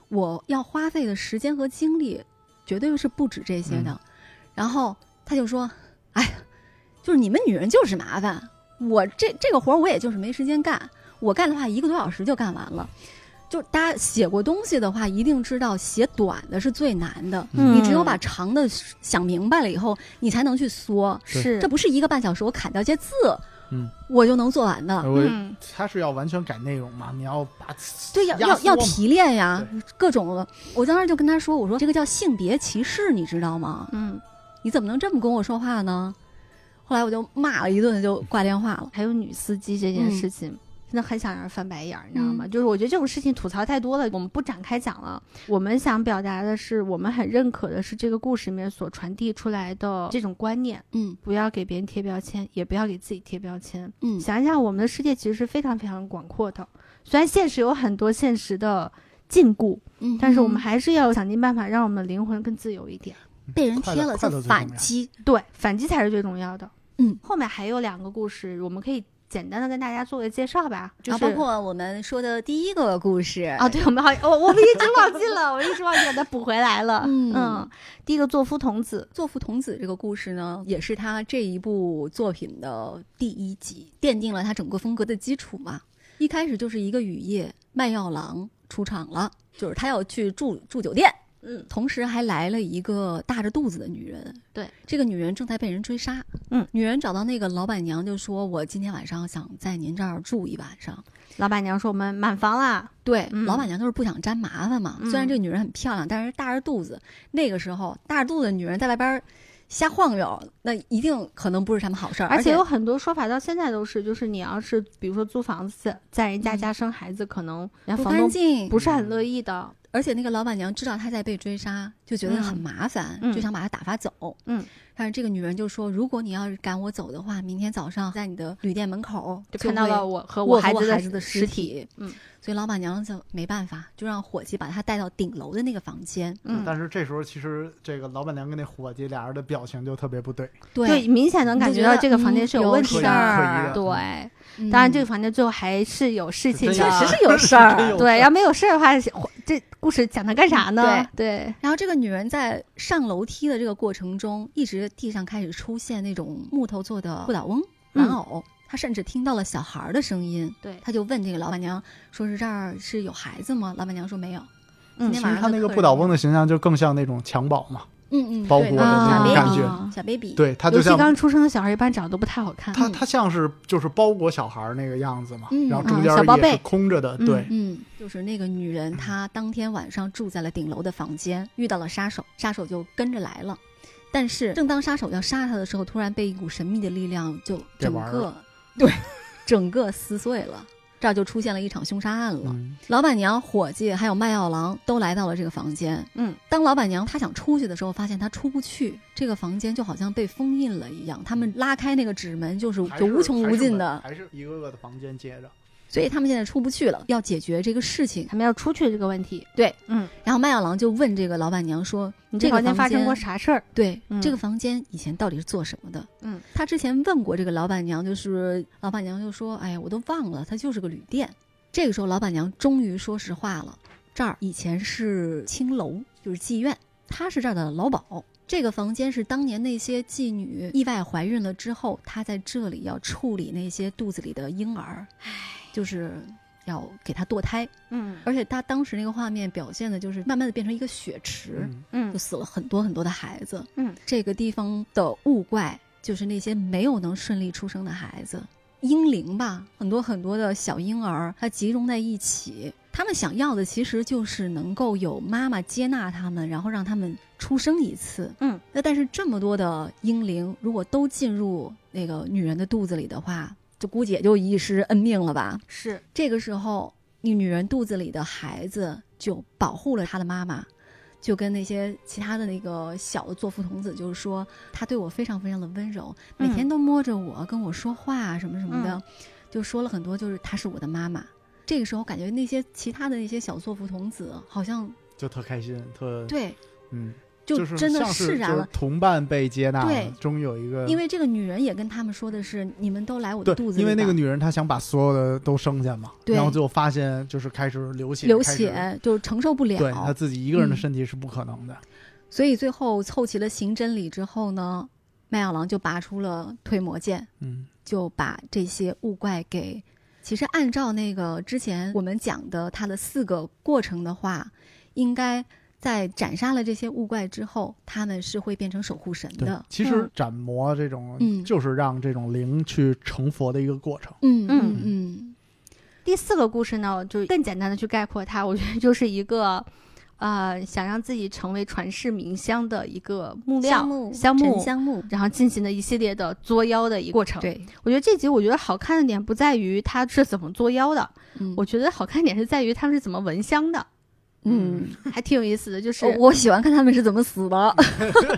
Speaker 4: 我要花费的时间和精力绝对是不止这些的。然后他就说：“哎呀，就是你们女人就是麻烦，我这这个活儿我也就是没时间干，我干的话一个多小时就干完了。”就大家写过东西的话，一定知道写短的是最难的，
Speaker 2: 嗯
Speaker 4: 你只有把长的想明白了以后，你才能去缩。
Speaker 1: 是
Speaker 4: 这不是一个半小时，我砍掉些字，
Speaker 2: 嗯，呃
Speaker 4: 我就能做完的。
Speaker 2: 我
Speaker 1: 嗯
Speaker 2: 他是要完全改内容嘛？你要把
Speaker 4: 对，要
Speaker 2: 压
Speaker 4: 要
Speaker 2: 缩
Speaker 4: 要
Speaker 2: 嘛
Speaker 4: 提炼呀，各种的。我当时就跟他说：“我说这个叫性别歧视，你知道吗？
Speaker 1: 嗯，
Speaker 4: 你怎么能这么跟我说话呢？”后来我就骂了一顿，就挂电话了。
Speaker 1: 还有女司机这件
Speaker 4: 嗯
Speaker 1: 事情，真的很想让人翻白眼儿，你知道吗？
Speaker 4: 嗯
Speaker 1: 就是我觉得这种事情吐槽太多了，我们不展开讲了。我们想表达的是，我们很认可的是这个故事里面所传递出来的这种观念，
Speaker 4: 嗯
Speaker 1: 不要给别人贴标签，也不要给自己贴标签。
Speaker 4: 嗯，
Speaker 1: 想一想，我们的世界其实是非常非常广阔的，虽然现实有很多现实的禁锢，
Speaker 4: 嗯
Speaker 1: 但是我们
Speaker 4: 还
Speaker 1: 还是要想尽办法让我们的灵魂更自由一点。
Speaker 4: 被人
Speaker 2: 快
Speaker 4: 贴
Speaker 2: 乐
Speaker 4: 了
Speaker 2: 快
Speaker 4: 就
Speaker 2: 乐最
Speaker 4: 反
Speaker 2: 重要
Speaker 4: 击。
Speaker 1: 对，反击才是最重要的。
Speaker 4: 嗯，
Speaker 1: 后面还有两个故事，我们可以简单的跟大家做个介绍吧。就
Speaker 4: 然
Speaker 1: 是、
Speaker 4: 后包括我们说的第一个故事
Speaker 1: 啊，，对，我们好，我我们一直忘记了，我一直忘记把它补回来了。
Speaker 4: 嗯
Speaker 1: 第一个作夫童子，
Speaker 4: 作父童子这个故事呢，也是他这一部作品的第一集，奠定了他整个风格的基础嘛。一开始就是一个雨夜，卖药郎出场了，就是他要去住住酒店，
Speaker 1: 嗯
Speaker 4: 同时还来了一个大着肚子的女人。
Speaker 1: 对，
Speaker 4: 这个女人正在被人追杀。
Speaker 1: 嗯，
Speaker 4: 女人找到那个老板娘就说：“我今天晚上想在您这儿住一晚上。
Speaker 1: 老板娘说我们满房啦，”
Speaker 4: 对，
Speaker 1: 嗯
Speaker 4: 老板娘就是不想沾麻烦嘛。
Speaker 1: 嗯
Speaker 4: 虽然这个女人很漂亮，但是大着肚子，那个时候大着肚子的女人在外边儿瞎晃悠，那一定可能不是什么好事儿。而
Speaker 1: 而且有很多说法到现在都是，就是你要是比如说租房子，在人家家生孩子，可能人家
Speaker 4: 不
Speaker 1: 房
Speaker 4: 干
Speaker 1: 东
Speaker 4: 净，
Speaker 1: 不是很乐意的。
Speaker 4: 而且那个老板娘知道她在被追杀，就觉得很麻烦，
Speaker 1: 嗯嗯
Speaker 4: 就想把她打发走。
Speaker 1: 嗯，
Speaker 4: 但是这个女人就说：“如果你要是赶我走的话，明天早上在你的旅店门口
Speaker 1: 就看到
Speaker 4: 会
Speaker 1: 了我和
Speaker 4: 我
Speaker 1: 孩
Speaker 4: 和
Speaker 1: 子
Speaker 4: 孩子的
Speaker 1: 尸
Speaker 4: 尸
Speaker 1: 体，
Speaker 4: 体。
Speaker 1: 嗯，
Speaker 4: 所以老板娘就没办法，就让伙计把她带到顶楼的那个房间。
Speaker 1: 嗯，
Speaker 2: 但是这时候其实这个老板娘跟那伙计俩人的表情就特别不对，
Speaker 1: 对，明显能感觉到这个房间是问题
Speaker 2: 有事儿
Speaker 1: 对，
Speaker 4: 嗯
Speaker 1: 当然这个房间最后还是有事情的，
Speaker 2: 是真有
Speaker 4: 确实
Speaker 2: (laughs)
Speaker 4: 是有事儿
Speaker 2: 真有事
Speaker 1: 对，要没有事儿的话，这故事讲它干啥呢？对，
Speaker 4: 然后这个女人在上楼梯的这个过程中，一直地上开始出现那种木头做的不倒翁玩偶，她甚至听到了小孩儿的声音。
Speaker 1: 对
Speaker 4: 她就问这个老板娘说：“是这儿是有孩子吗？”老板娘说：“没有。”
Speaker 1: 嗯
Speaker 4: 今天
Speaker 2: 其
Speaker 4: 晚
Speaker 2: 实
Speaker 4: 上
Speaker 2: 他那
Speaker 4: 的
Speaker 2: 个
Speaker 4: 客
Speaker 2: 不倒
Speaker 4: 人
Speaker 2: 翁的形象就更像那种襁褓嘛，
Speaker 4: 嗯嗯，
Speaker 2: 包
Speaker 4: 对
Speaker 2: 裹的
Speaker 1: 那种
Speaker 4: 小
Speaker 1: 感觉
Speaker 4: baby，小啊 baby，，
Speaker 2: 对，他就
Speaker 1: 尤其
Speaker 2: 像
Speaker 1: 刚出生的小孩一般长得都不太好看。
Speaker 2: 他他像是就是包裹小孩儿那个样子嘛，
Speaker 4: 嗯
Speaker 2: 然后中
Speaker 1: 嗯
Speaker 2: 间
Speaker 1: 小宝
Speaker 2: 也
Speaker 1: 贝
Speaker 2: 是空着的，
Speaker 1: 嗯
Speaker 2: 对，
Speaker 4: 嗯，就是那个女
Speaker 2: 嗯
Speaker 4: 人，她当天晚上住在了顶楼的房间，遇到了杀手，杀手就跟着来了。但是，正当杀手要杀她的时候，突然被一股神秘的力量就
Speaker 2: 给
Speaker 4: 整
Speaker 2: 玩儿
Speaker 4: 个对整个撕碎了，这儿就出现了一场凶杀案了。
Speaker 2: 嗯
Speaker 4: 老板娘、伙计还有卖药郎都来到了这个房间。
Speaker 1: 嗯，
Speaker 4: 当老板娘她想出去的时候，发现她出不去，这个房间就好像被封印了一样。他们拉开那个纸门，就是
Speaker 2: 嗯还
Speaker 4: 有
Speaker 2: 是
Speaker 4: 无穷
Speaker 2: 还
Speaker 4: 无
Speaker 2: 是
Speaker 4: 尽
Speaker 2: 门
Speaker 4: 的，
Speaker 2: 还是一个个的房间接着，
Speaker 4: 所以他们现在出不去了。要解决这个事情，
Speaker 1: 他们要出去这个问题，
Speaker 4: 对，
Speaker 1: 嗯，
Speaker 4: 然后麦药郎就问这个老板娘说
Speaker 1: 你
Speaker 4: 这
Speaker 1: 这
Speaker 4: 个
Speaker 1: 房间
Speaker 4: 房
Speaker 1: 发生
Speaker 4: 间
Speaker 1: 过啥事儿？：“
Speaker 4: 对，
Speaker 1: 嗯
Speaker 4: 这个房间以前到底是做什么的？”
Speaker 1: 嗯，
Speaker 4: 他之前问过这个老板娘，就是老板娘就说：“哎呀，我都忘了，它就是个旅店。”这个时候，老板娘终于说实话了：“这儿以前是青楼，就是妓院，她是这儿的老鸨。这个房间是当年那些妓女意外怀孕了之后，她在这里要处理那些肚子里的婴儿，就是要给她堕胎。”
Speaker 1: 嗯
Speaker 4: 而且他当时那个画面表现的就是慢慢的变成一个血池，
Speaker 2: 嗯
Speaker 1: 嗯
Speaker 4: 就死了很多很多的孩子。
Speaker 1: 嗯，
Speaker 4: 这个地方的物怪就是那些没有能顺利出生的孩子，婴灵吧，很多很多的小婴儿，它集中在一起。他们想要的其实就是能够有妈妈接纳他们，然后让他们出生一次。
Speaker 1: 嗯，
Speaker 4: 那但是这么多的婴灵，如果都进入那个女人的肚子里的话，就估计也就一尸恩命了吧。
Speaker 1: 是
Speaker 4: 这个时候，你女人肚子里的孩子就保护了她的妈妈，就跟那些其他的那个小的作父童子，就是说他对我非常非常的温柔，每天都摸着我跟我说话什么什么的，
Speaker 1: 嗯
Speaker 4: 就说了很多，就是她是我的妈妈。这个时候感觉那些其他的那些小作父童子好像
Speaker 2: 就特开心，特
Speaker 4: 对，
Speaker 2: 嗯，
Speaker 4: 就是真的
Speaker 2: 像
Speaker 4: 释
Speaker 2: 是
Speaker 4: 然
Speaker 2: 嗯就
Speaker 4: 了
Speaker 2: 是，同伴被接纳了，
Speaker 4: 对
Speaker 2: 终于有一个
Speaker 4: 因为这个女人也跟他们说的是，你们都来我的
Speaker 2: 对
Speaker 4: 肚，子里
Speaker 2: 因为那
Speaker 4: 吧
Speaker 2: 个女人她想把所有的都生下嘛，
Speaker 4: 对
Speaker 2: 然后最后发现就是开始流血，
Speaker 4: 流
Speaker 2: 开始，
Speaker 4: 血就是承受不
Speaker 2: 对她
Speaker 4: 了，
Speaker 2: 自己一个人的
Speaker 4: 嗯
Speaker 2: 身体是不可能的，
Speaker 4: 所以最后凑齐了刑真理之后呢，麦小狼就拔出了退魔剑，
Speaker 2: 嗯
Speaker 4: 就把这些物怪给。其实按照那个之前我们讲的它的四个过程的话，应该在斩杀了这些物怪之后，他们是会变成守护神
Speaker 2: 对
Speaker 4: 的。。
Speaker 2: 其实
Speaker 1: 嗯
Speaker 2: 斩魔这种，
Speaker 4: 嗯
Speaker 2: 就是让这种灵去成佛的一个过程。
Speaker 4: 嗯
Speaker 1: 嗯
Speaker 4: 嗯嗯，
Speaker 1: 第四个故事呢，我就更简单的去概括它，我觉得就是一个，呃，想让自己成为传世名香的一个木料
Speaker 4: 香嗯木
Speaker 1: 香
Speaker 4: 沉
Speaker 1: 木
Speaker 4: 香木，
Speaker 1: 然后进行了一系列的作妖的一个过程。，
Speaker 4: 对，
Speaker 1: 我觉得这集我觉得好看的点不在于它是怎么作妖的，
Speaker 4: 嗯
Speaker 1: 我觉得好看点是在于他们是怎么闻香
Speaker 2: (laughs)
Speaker 1: 的，
Speaker 4: 嗯，
Speaker 1: 还挺有意思的。就是
Speaker 2: 哦
Speaker 4: 我我喜欢看他们是怎么死的，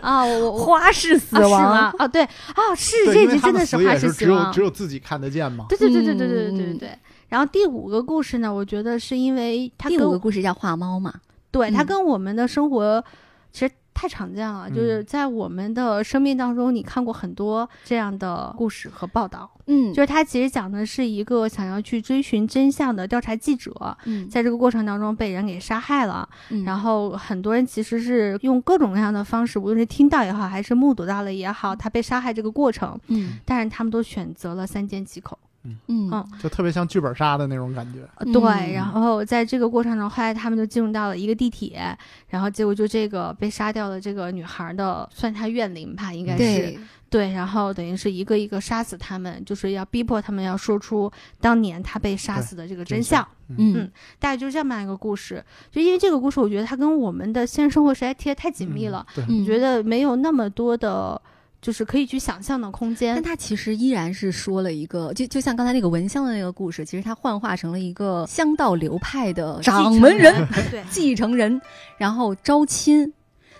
Speaker 1: 啊，我我
Speaker 4: (laughs) 花式死
Speaker 1: 啊是
Speaker 4: 亡，
Speaker 1: 吗？啊，对啊，是
Speaker 2: 对，
Speaker 1: 这
Speaker 2: 因为
Speaker 1: 集
Speaker 2: 他
Speaker 1: 真
Speaker 2: 们
Speaker 1: 的
Speaker 2: 死
Speaker 1: 花
Speaker 2: 也
Speaker 1: 式
Speaker 2: 是
Speaker 1: 死
Speaker 2: 只有
Speaker 1: 亡
Speaker 2: 只。有自己看得见嘛。
Speaker 1: 对对对对对对对对
Speaker 4: 嗯
Speaker 1: 对。然后第五个故事呢，我觉得是因为它
Speaker 4: 第
Speaker 1: 跟
Speaker 4: 五
Speaker 1: 我
Speaker 4: 个故事叫画猫嘛，
Speaker 1: 对它
Speaker 4: 嗯
Speaker 1: 跟我们的生活其实太常见了，就是
Speaker 2: 嗯
Speaker 1: 在我们的生命当中，你看过很多这样的故事和报道。
Speaker 4: 嗯，
Speaker 1: 就是它其实讲的是一个想要去追寻真相的调查记者，
Speaker 4: 嗯，
Speaker 1: 在这个过程当中被人给杀害了，
Speaker 4: 嗯
Speaker 1: 然后很多人其实是用各种各样的方式，无论是听到也好，还是目睹到了也好，他被杀害这个过程，
Speaker 4: 嗯
Speaker 1: 但是他们都选择了三缄其口。
Speaker 4: 嗯
Speaker 1: 嗯
Speaker 2: 就特别像剧本杀的那种感觉。
Speaker 1: 呃
Speaker 4: 嗯
Speaker 1: 对，然后在这个过程中，后来他们就进入到了一个地铁，然后结果就这个被杀掉的这个女孩的，算她怨灵吧，应该是。
Speaker 4: 对，
Speaker 1: 对，然后等于是一个一个杀死他们，就是要逼迫他们要说出当年他被杀
Speaker 2: 对
Speaker 1: 死的这个
Speaker 2: 真
Speaker 1: 真
Speaker 2: 相
Speaker 1: 相。
Speaker 4: 嗯
Speaker 1: 大概就是这么样一个故事。就因为这个故事，我觉得它跟我们的现实生活实在贴得太紧密了，
Speaker 2: 嗯，对，
Speaker 4: 嗯，
Speaker 1: 我觉。得没有那么多的，就是可以去想象的空
Speaker 4: 但
Speaker 1: 间。
Speaker 4: 他其实依然是说了一个，就就像刚才那个闻香的那个故事，其实他幻化成了一个香道流派的掌
Speaker 1: (laughs)
Speaker 4: 门人、
Speaker 1: 对
Speaker 4: 继承人，然后招亲。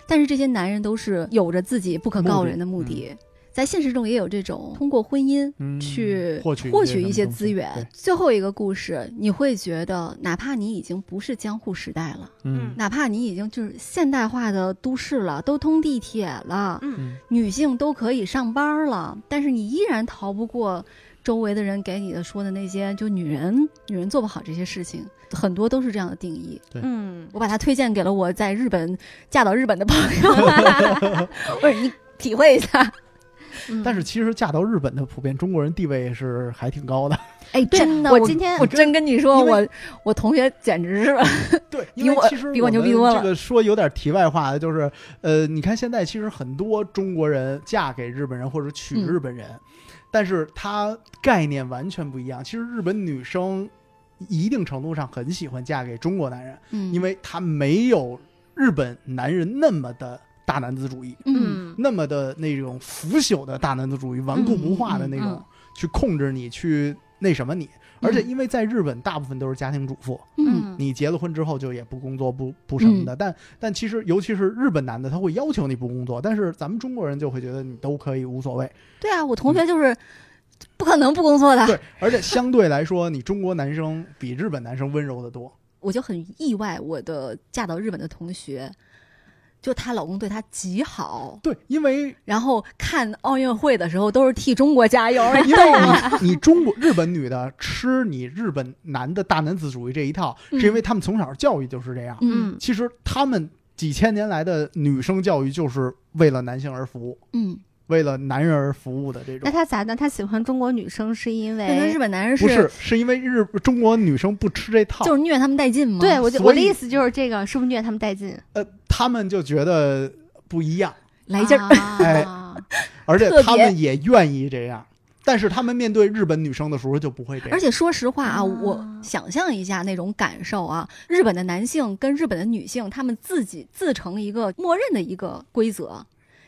Speaker 4: 但是这些男人都是有着自己不可告人的目
Speaker 2: 目
Speaker 4: 的，在现实中也有这种通过婚姻
Speaker 2: 嗯
Speaker 4: 去
Speaker 2: 获取
Speaker 4: 获取一些
Speaker 2: 东西
Speaker 4: 资源
Speaker 2: 对。
Speaker 4: 最后一个故事，你会觉得，哪怕你已经不是江户时代了，
Speaker 2: 嗯
Speaker 4: 哪怕你已经就是现代化的都市了，都通地铁了，
Speaker 1: 嗯，
Speaker 2: 嗯，
Speaker 4: 女性都可以上班了，但是你依然逃不过周围的人给你的说的那些，就女人女人做不好这些事情，很多都是这样的定义。
Speaker 2: 对
Speaker 1: 嗯，
Speaker 4: 我把它推荐给了我在日本嫁到日本的朋 (laughs) 友，我说你体会一下。
Speaker 1: 嗯
Speaker 2: 但是其实嫁到日本的普遍中国人地位是还挺高的，
Speaker 4: 哎，
Speaker 1: 对
Speaker 4: 真的，
Speaker 1: 我
Speaker 4: 我
Speaker 1: 今天
Speaker 4: 我真跟你说，
Speaker 2: 因为
Speaker 4: 我我同学简直是吧，
Speaker 2: (laughs) 对，
Speaker 4: 比
Speaker 2: 因为
Speaker 4: 我
Speaker 2: 其实
Speaker 4: 比我牛逼
Speaker 2: 们
Speaker 4: 多
Speaker 2: 这
Speaker 4: 了
Speaker 2: 个说有点题外话的，就是呃，你看现在其实很多中国人嫁给日本人或者娶
Speaker 4: 嗯
Speaker 2: 日本人，但是他概念完全不一样。其实日本女生一定程度上很喜欢嫁给中国男人，
Speaker 4: 嗯
Speaker 2: 因为他没有日本男人那么的大男子主义，
Speaker 4: 嗯
Speaker 1: 嗯
Speaker 2: 那么的那种腐朽的大男子主义、顽固不化的那种，
Speaker 1: 嗯嗯
Speaker 2: 去控制你，去那什么你。而且因为在日本，大部分都是家庭主妇，
Speaker 4: 嗯
Speaker 1: 嗯
Speaker 2: 你结了婚之后就也不工作不不什么的，但但其实尤其是日本男的，他会要求你不工作，但是咱们中国人就会觉得你都可以无所谓，
Speaker 4: 对啊，我同学就是不可能不工作的，
Speaker 2: 对，而且相对来说，你中国男生比日本男生温柔的多，
Speaker 4: 我就很意外，我的嫁到日本的同学，就她老公对她极好，
Speaker 2: 对，因为
Speaker 4: 然后看奥运会的时候都是替中国加油，
Speaker 2: (laughs) 因为你你中国日本女的吃你日本男的大男子主义这一套，是因为他们从小教育就是这样，
Speaker 1: 嗯
Speaker 2: 其实他们几千年来的女生教育就是为了男性而服务，
Speaker 4: 嗯，
Speaker 2: 为了男人而服务的这
Speaker 1: 那
Speaker 2: 种。
Speaker 1: 他咋呢？他喜欢中国女生是因
Speaker 4: 可能
Speaker 1: 为
Speaker 4: 日本男人
Speaker 2: 不是，是因为日中国女生不吃这套，
Speaker 4: 就是虐他们带劲吗？
Speaker 1: 对我就
Speaker 2: 所
Speaker 1: 我的
Speaker 2: 以
Speaker 1: 意思就是这个，是不是虐他们带劲？
Speaker 2: 呃，他们就觉得不一样，
Speaker 4: 来劲儿， (laughs) 哎
Speaker 1: 啊
Speaker 2: 而且
Speaker 4: 特别
Speaker 2: 他们也愿意这样，但是他们面对日本女生的时候就不会这样。
Speaker 4: 而且说实话啊，
Speaker 1: 啊
Speaker 4: 我想象一下那种感受啊，日本的男性跟日本的女性，他们自己自成一个默认的一个规则。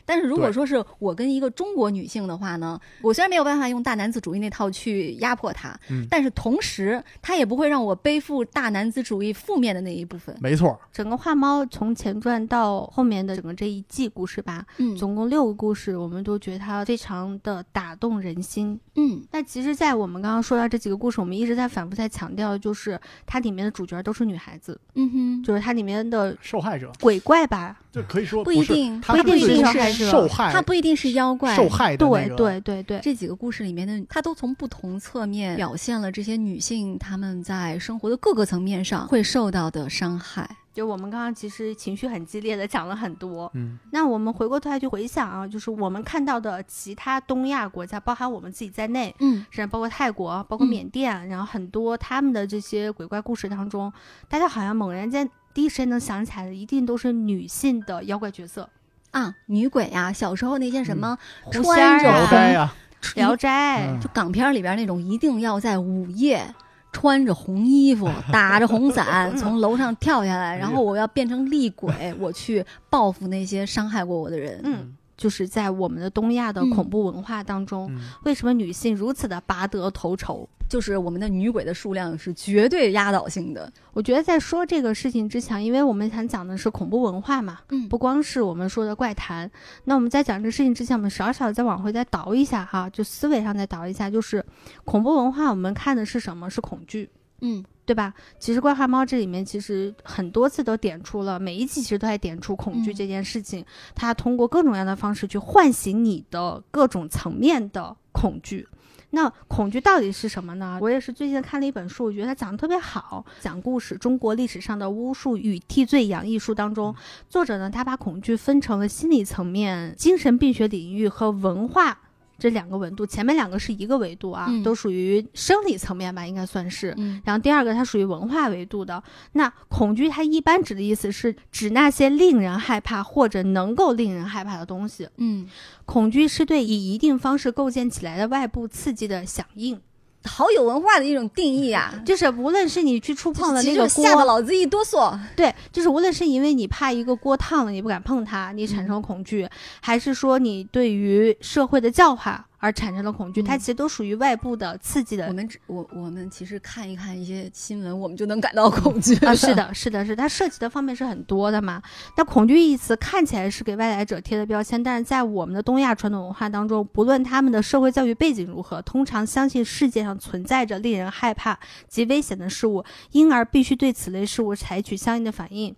Speaker 4: 但是如果
Speaker 2: 对
Speaker 4: 说是我跟一个中国女性的话呢，我虽然没有办法用大男子主义那套去压迫她，
Speaker 2: 嗯
Speaker 4: 但是同时她也不会让我背负大男子主义负面的那一部分。
Speaker 2: 没错，
Speaker 1: 整个《画猫》从前传到后面的整个这一季故事吧，
Speaker 4: 嗯
Speaker 1: 总共六个故事，我们都觉得它非常的打动人心。
Speaker 4: 嗯
Speaker 1: 但其实，在我们刚刚说到这几个故事，我们一直在反复在强调，就是它里面的主角都是女孩子，
Speaker 4: 嗯哼，
Speaker 1: 就是它里面的
Speaker 2: 受害者
Speaker 1: 鬼怪吧，
Speaker 2: 就可以说
Speaker 4: 不一
Speaker 2: 是
Speaker 4: 定
Speaker 2: 他
Speaker 1: 不一定是受
Speaker 2: 是
Speaker 1: 害者
Speaker 2: 受害
Speaker 4: 她不一定是妖怪，
Speaker 2: 受害的那
Speaker 1: 对
Speaker 2: 个
Speaker 1: 对对对，
Speaker 4: 这几个故事里面的，她都从不同侧面表现了这些女性她们在生活的各个层面上会受到的伤害。
Speaker 1: 就我们刚刚其实情绪很激烈的讲了很多。
Speaker 2: 嗯，
Speaker 1: 那我们回过头来去回想啊，就是我们看到的其他东亚国家，包含我们自己在内，
Speaker 4: 嗯
Speaker 1: 甚至包括泰国、包括
Speaker 4: 嗯
Speaker 1: 缅甸，然后很多他们的这些鬼怪故事当中，大家好像猛然间第一时间能想起来的，一定都是女性的妖怪角色，
Speaker 4: 啊，女鬼啊，小时候那些什么
Speaker 1: 狐仙
Speaker 4: 穿
Speaker 1: 儿
Speaker 4: 着
Speaker 2: 聊
Speaker 1: 啊
Speaker 2: 斋啊，
Speaker 1: 《聊斋》
Speaker 2: 嗯
Speaker 4: 就港片儿里边儿那种一定要在午夜穿着红衣
Speaker 1: (laughs)
Speaker 4: 服、打着红伞从楼上跳下
Speaker 1: 哎
Speaker 4: 来，然后我要变成厉
Speaker 1: (laughs)
Speaker 4: 鬼，我去报复那些伤害过我的人。
Speaker 1: 嗯，就是在我们的东亚的
Speaker 4: 嗯
Speaker 1: 恐怖文化当中，
Speaker 2: 嗯
Speaker 1: 为什么女性如此的拔得头筹？
Speaker 4: 就是我们的女鬼的数量是绝对压倒性的。
Speaker 1: 我觉得在说这个事情之前，因为我们想讲的是恐怖文化嘛，
Speaker 4: 嗯
Speaker 1: 不光是我们说的怪谈。那我们在讲这个事情之前，我们少少再往回再倒一下哈，就思维上再倒一下，就是恐怖文化我们看的是什么？是恐惧。
Speaker 4: 嗯
Speaker 1: 对吧？其实《怪话猫》这里面其实很多次都点出了，每一集其实都在点出恐惧
Speaker 4: 嗯
Speaker 1: 这件事情。它通过各种各样的方式去唤醒你的各种层面的恐惧。那恐惧到底是什么呢？我也是最近看了一本书，我觉得它讲的特别好，讲故事《中国历史上的巫术与替罪羊》一书当
Speaker 4: 嗯
Speaker 1: 中，作者呢他把恐惧分成了心理层面、精神病学领域和文化。这两个维度，前面两个是一个维度啊，
Speaker 4: 嗯
Speaker 1: 都属于生理层面吧，应该算是。
Speaker 4: 嗯
Speaker 1: 然后第二个，它属于文化维度的。那恐惧，它一般指的意思是指那些令人害怕或者能够令人害怕的东西。
Speaker 4: 嗯，
Speaker 1: 恐惧是对以一定方式构建起来的外部刺激的响应，
Speaker 4: 好有文化的一种定义啊！
Speaker 1: 就是无论是你去触碰了
Speaker 4: 其
Speaker 1: 那
Speaker 4: 实
Speaker 1: 个
Speaker 4: 吓得
Speaker 1: 锅，
Speaker 4: 老子一哆嗦。
Speaker 1: 对，就是无论是因为你怕一个锅烫了，你不敢碰它，你产生了恐惧，还是说你对于社会的教化而产生了恐惧，
Speaker 4: 嗯
Speaker 1: 它其实都属于外部的刺激的
Speaker 4: 我们只我我们其实看一看一些新闻，我们就能感到恐惧
Speaker 1: (laughs) 啊，是
Speaker 4: 了，
Speaker 1: 的，是的，是的它涉及的方面是很多的嘛。那恐惧一词看起来是给外来者贴的标签，但是在我们的东亚传统文化当中，不论他们的社会教育背景如何，通常相信世界上存在着令人害怕及危险的事物，因而必须对此类事物采取相应的反应。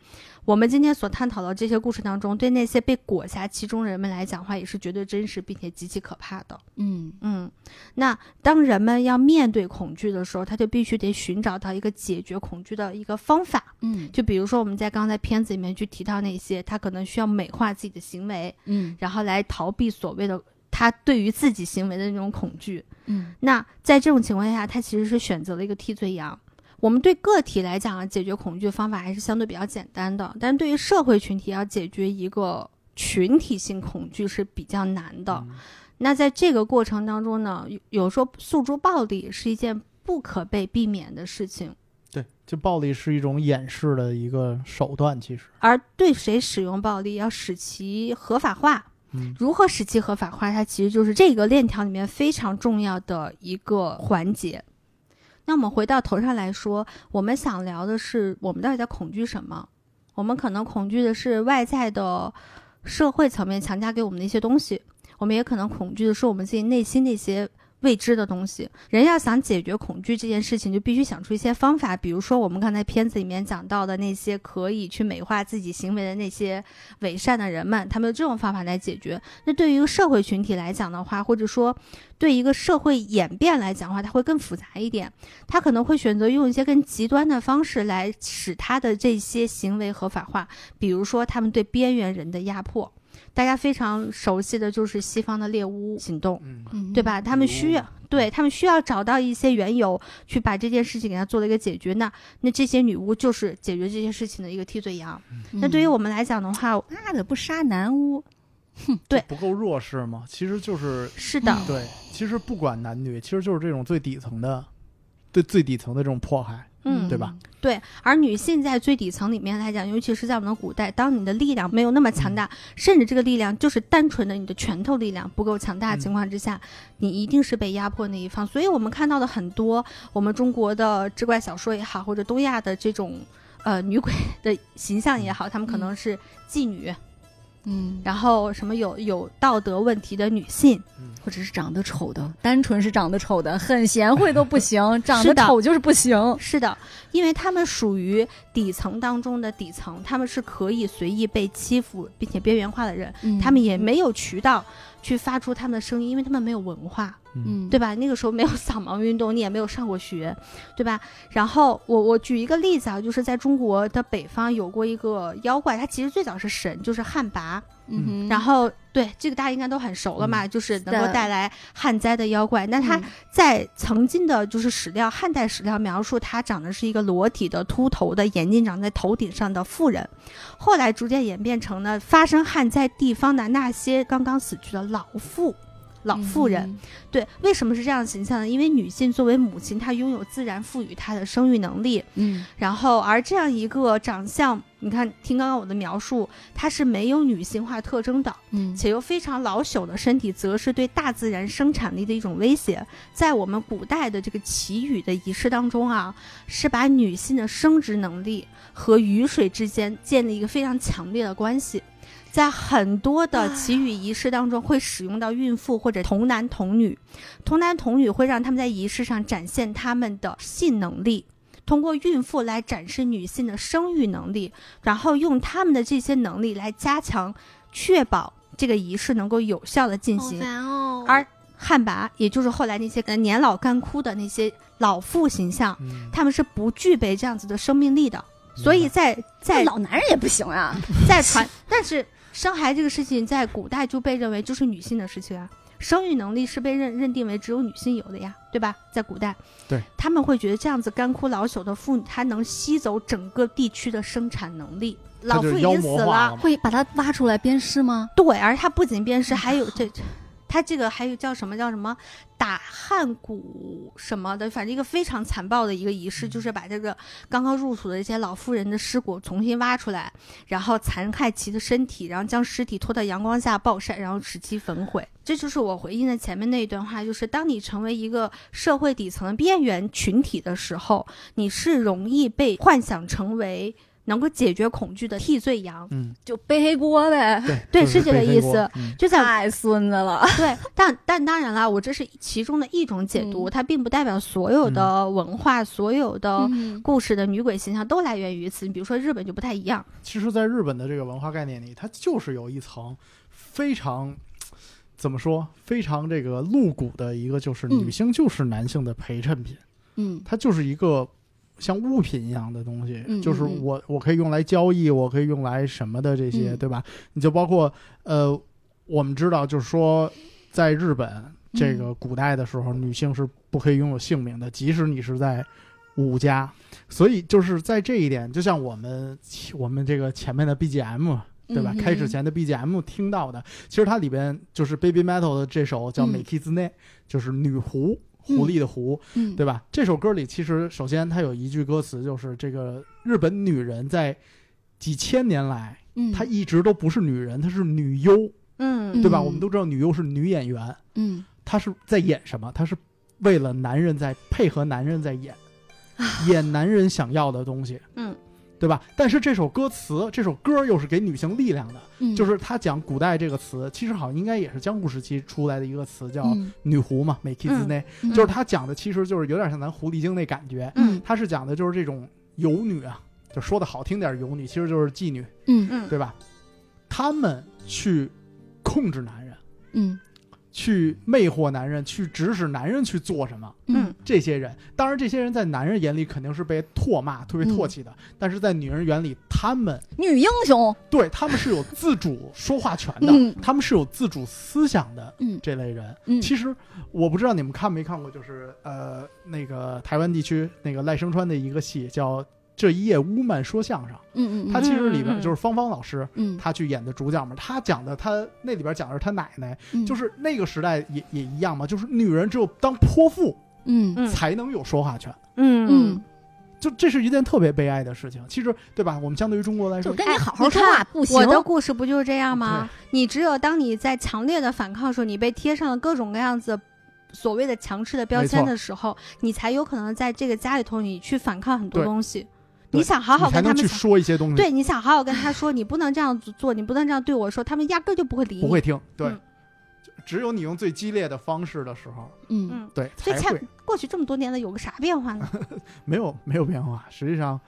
Speaker 1: 我们今天所探讨的这些故事当中，对那些被裹挟其中的人们来讲话，也是绝对真实并且极其可怕的。
Speaker 4: (laughs) 嗯。
Speaker 1: 嗯，那当人们要面对恐惧的时候，他就必须得寻找到一个解决恐惧的一个方法。
Speaker 4: 嗯
Speaker 1: 就比如说我们在刚才片子里面去提到那些，他可能需要美化自己的行为，
Speaker 4: 嗯
Speaker 1: 然后来逃避所谓的他对于自己行为的那种恐惧。
Speaker 4: 嗯
Speaker 1: 那在这种情况下，他其实是选择了一个替罪羊。我们对个体来讲啊，解决恐惧的方法还是相对比较简单的，但是对于社会群体要解决一个群体性恐惧是比较难的。
Speaker 2: 嗯
Speaker 1: 那在这个过程当中呢，有有时候诉诸暴力是一件不可被避免的事情。
Speaker 2: 对，就暴力是一种掩饰的一个手段，其实，
Speaker 1: 而对谁使用暴力，要使其合法化。
Speaker 2: 嗯，
Speaker 1: 如何使其合法化，它其实就是这个链条里面非常重要的一个环节。那我们回到头上来说，我们想聊的是，我们到底在恐惧什么？我们可能恐惧的是外在的社会层面强加给我们的一些东西，我们也可能恐惧的是我们自己内心的一些未知的东西。人要想解决恐惧这件事情，就必须想出一些方法，比如说我们刚才片子里面讲到的那些可以去美化自己行为的那些伪善的人们，他们用这种方法来解决。那对于一个社会群体来讲的话，或者说对一个社会演变来讲的话，它会更复杂一点。他可能会选择用一些更极端的方式来使他的这些行为合法化，比如说他们对边缘人的压迫。大家非常熟悉的就是西方的猎巫行动，
Speaker 2: 嗯，
Speaker 4: 嗯，
Speaker 1: 对？吧？他们需要
Speaker 2: 哦
Speaker 1: 对他们需要找到一些缘由，去把这件事情给他做了一个解决。那那这些女巫就是解决这些事情的一个替罪羊。那对于我们来讲的话，
Speaker 4: 妈嗯的不杀男巫，
Speaker 1: 对
Speaker 2: 不够弱势嘛，其实就是
Speaker 1: 是的，
Speaker 2: 对，其实不管男女，其实就是这种最底层的，对最底层的这种迫害，
Speaker 1: 嗯
Speaker 2: 对吧？
Speaker 1: 对，而女性在最底层里面来讲，尤其是在我们的古代，当你的力量没有那么强大，甚至这个力量就是单纯的你的拳头力量不够强大的情况之下，你一定是被压迫那一方。所以我们看到的很多我们中国的志怪小说也好，或者东亚的这种呃女鬼 (laughs) 的形象也好，她们可能是妓女，
Speaker 4: 嗯，
Speaker 1: 然后什么有有道德问题的女性，
Speaker 4: 或者是长得丑的，单纯是长得丑的，很贤惠都不行，长
Speaker 1: 是
Speaker 4: 得
Speaker 1: 的
Speaker 4: 丑就是不行。
Speaker 1: 是的，因为他们属于底层当中的底层，他们是可以随意被欺负并且边缘化的人，
Speaker 4: 嗯
Speaker 1: 他们也没有渠道去发出他们的声音，因为他们没有文化，
Speaker 2: 嗯
Speaker 4: 嗯
Speaker 1: 对吧？那个时候没有 (laughs) 扫盲运动，你也没有上过学，对吧？然后我我举一个例子啊，就是在中国的北方有过一个妖怪，它其实最早是神，就是旱魃，
Speaker 4: 嗯哼，
Speaker 1: 然后对这个大家应该都很熟了嘛，就是能
Speaker 4: 是
Speaker 1: 够
Speaker 4: 的
Speaker 1: 带来旱灾的妖怪。那它
Speaker 4: 嗯
Speaker 1: 在曾经的就是史料，汉代史料描述她长的是一个裸体的、秃头的、眼睛长在头顶上的妇人，后来逐渐演变成了发生旱灾地方的那些刚刚死去的老妇。老妇人、，
Speaker 4: 嗯
Speaker 1: 对，为什么是这样的形象呢？因为女性作为母亲，她拥有自然赋予她的生育能力，
Speaker 4: 嗯
Speaker 1: 然后而这样一个长相，你看听刚刚我的描述，她是没有女性化特征的，
Speaker 4: 嗯
Speaker 1: 且又非常老朽的身体，则是对大自然生产力的一种威胁。在我们古代的这个祈雨的仪式当中啊，是把女性的生殖能力和雨水之间建立一个非常强烈的关系。在很多的祈雨仪式当中，会使用到孕妇或者童男童女。童男童女会让他们在仪式上展现他们的性能力，通过孕妇来展示女性的生育能力，然后用他们的这些能力来加强、确保这个仪式能够有效的进行。
Speaker 4: 烦哦
Speaker 1: 而旱魃，也就是后来那些呃年老干枯的那些老妇形象，
Speaker 2: 嗯
Speaker 1: 他们是不具备这样子的生命力的。所以在在
Speaker 4: 老男人也不行啊，
Speaker 2: (laughs)
Speaker 1: 在传，但是生孩这个事情在古代就被认为就是女性的事情啊，生育能力是被认认定为只有女性有的呀，对吧？在古代，
Speaker 2: 对
Speaker 1: 他们会觉得这样子干枯老朽的妇女，她能吸走整个地区的生产能力。老
Speaker 2: 他
Speaker 1: 妇
Speaker 2: 就是
Speaker 1: 已
Speaker 2: 妖
Speaker 1: 经
Speaker 2: 魔
Speaker 1: 死
Speaker 2: 化了
Speaker 1: 了，
Speaker 2: 嘛，
Speaker 4: 会把他挖出来鞭尸吗？
Speaker 1: 对，而她不仅鞭尸，还有这，她这个还有叫什么叫什么打汉骨什么的，反正一个非常残暴的一个仪式，就是把这个刚刚入土的一些老妇人的尸骨重新挖出来，然后残害其的身体，然后将尸体拖到阳光下暴晒，然后使其焚毁。这就是我回应的前面那一段话，就是当你成为一个社会底层的边缘群体的时候，你是容易被幻想成为能够解决恐惧的替罪羊。
Speaker 2: 嗯，
Speaker 4: 就背黑锅呗，
Speaker 2: 对
Speaker 1: 对
Speaker 2: 就是
Speaker 1: 这个
Speaker 2: 背黑
Speaker 1: 意
Speaker 2: 锅
Speaker 1: 思，
Speaker 2: 嗯
Speaker 1: 就在
Speaker 4: 太孙子了。
Speaker 1: 对，但但当然了，我这是其中的一种解读，
Speaker 4: 嗯
Speaker 1: 它并不代表所有
Speaker 2: 嗯
Speaker 1: 的文化、所有的
Speaker 4: 嗯
Speaker 1: 故事的女鬼形象都来源于此。你比如说日本就不太一样，
Speaker 2: 其实，在日本的这个文化概念里，它就是有一层非常怎么说，非常这个露骨的一个，就是女
Speaker 4: 嗯
Speaker 2: 性就是男性的陪衬品，
Speaker 4: 嗯
Speaker 2: 它就是一个像物品一样的东西，
Speaker 4: 嗯
Speaker 2: 就是
Speaker 4: 嗯嗯
Speaker 2: 我我可以用来交易，我可以用来什么的这些，
Speaker 4: 嗯
Speaker 2: 对吧？你就包括呃，我们知道，就是说，在日
Speaker 4: 嗯
Speaker 2: 本这个古代的时候，女性是不可以拥有姓名的，即使你是在武家。所以就是在这一点，就像我们我们这个前面的 BGM。对吧？
Speaker 4: 嗯哼
Speaker 2: 开始前的 BGM 听到的，其实它里边就是 Baby Metal 的这首叫《
Speaker 4: 嗯
Speaker 2: 美 k 之内》，就是女狐狐狸的狐，
Speaker 4: 嗯，
Speaker 2: 对吧？这首歌里其实首先它有一句歌词，就是这个日本女人在几千年来，
Speaker 4: 嗯，
Speaker 2: 她一直都不是女人，她是女优，
Speaker 1: 嗯，
Speaker 2: 对吧？
Speaker 4: 嗯
Speaker 2: 我们都知道女优是女演员，
Speaker 4: 嗯
Speaker 2: 她是在演什么？她是为了男人在配合男人在演，
Speaker 4: 啊
Speaker 2: (laughs) 演男人想要的东西，
Speaker 1: 嗯，
Speaker 2: 对吧？但是这首歌词，这首歌又是给女性力量的，
Speaker 4: 嗯，
Speaker 2: 就是他讲古代这个词，其实好像应该也是江户时期出来的一个词叫
Speaker 4: 嗯
Speaker 2: 女狐嘛，美 k 之内，
Speaker 4: 嗯
Speaker 2: 啊就是他讲的其实就是有点像咱狐狸精那感觉，
Speaker 1: 嗯
Speaker 2: 他是讲的就是这种游女啊，就说的好听点，游女其实就是妓女，
Speaker 4: 嗯
Speaker 1: 嗯，
Speaker 2: 对吧？他们去控制男人，
Speaker 4: 嗯
Speaker 2: 去魅惑男人，去指使男人去做什么。
Speaker 1: 嗯
Speaker 2: 这些人，当然，这些人在男人眼里肯定是被唾骂、特别唾弃的，但是在女人眼里，他们
Speaker 4: 女英雄，
Speaker 2: 对他们是有自主说话权
Speaker 4: (laughs)
Speaker 2: 的，
Speaker 4: 嗯
Speaker 2: 他们是有自主思想的
Speaker 4: 嗯
Speaker 2: 这类人。
Speaker 4: 嗯
Speaker 2: 其实我不知道你们看没看过，就是呃，那个台湾地区那个赖声川的一个戏叫《这一夜乌曼说相声》，
Speaker 4: 嗯嗯，
Speaker 2: 他其实里
Speaker 1: 嗯嗯
Speaker 2: 边
Speaker 1: 嗯
Speaker 2: 就是芳芳老师。
Speaker 4: 嗯
Speaker 2: 他去演的主角嘛，他讲的他那里边讲的是他奶奶，
Speaker 4: 嗯
Speaker 2: 就是那个时代也也一样嘛，就是女人只有当泼妇
Speaker 4: 嗯
Speaker 1: 嗯
Speaker 2: 才能有说话权，
Speaker 1: 嗯
Speaker 4: 嗯
Speaker 2: 就这是一件特别悲哀的事情。其实，对吧？我们相对于中国来
Speaker 4: 就
Speaker 2: 说，
Speaker 4: 跟
Speaker 1: 哎
Speaker 4: 你好好
Speaker 1: 你
Speaker 4: 说
Speaker 1: 看
Speaker 4: 话不行哦
Speaker 1: 我。的故事不就是这样吗？你只有当你在强烈的反抗的时候，你被贴上了各种各样子所谓的强势的标签的时候，你才有可能在这个家里头你去反抗很多
Speaker 2: 对
Speaker 1: 东西。
Speaker 2: 对
Speaker 1: 你想好好
Speaker 2: 你才
Speaker 1: 跟他
Speaker 2: 能
Speaker 1: 们
Speaker 2: 去
Speaker 1: 讲，
Speaker 2: 说一些东西，
Speaker 1: 对，你想好好跟他说，你不能这样子做，你不能这样对我说，他们压根儿就不会理你。
Speaker 2: 不会听。对，
Speaker 1: 嗯
Speaker 2: 只有你用最激烈的方式的时候，
Speaker 4: 嗯，
Speaker 1: 嗯，
Speaker 2: 对，
Speaker 1: 所以
Speaker 2: 才
Speaker 1: 恰
Speaker 2: 会
Speaker 1: 过去这么多年了，有个啥变化呢？
Speaker 2: (laughs) 没有没有变化。实际上，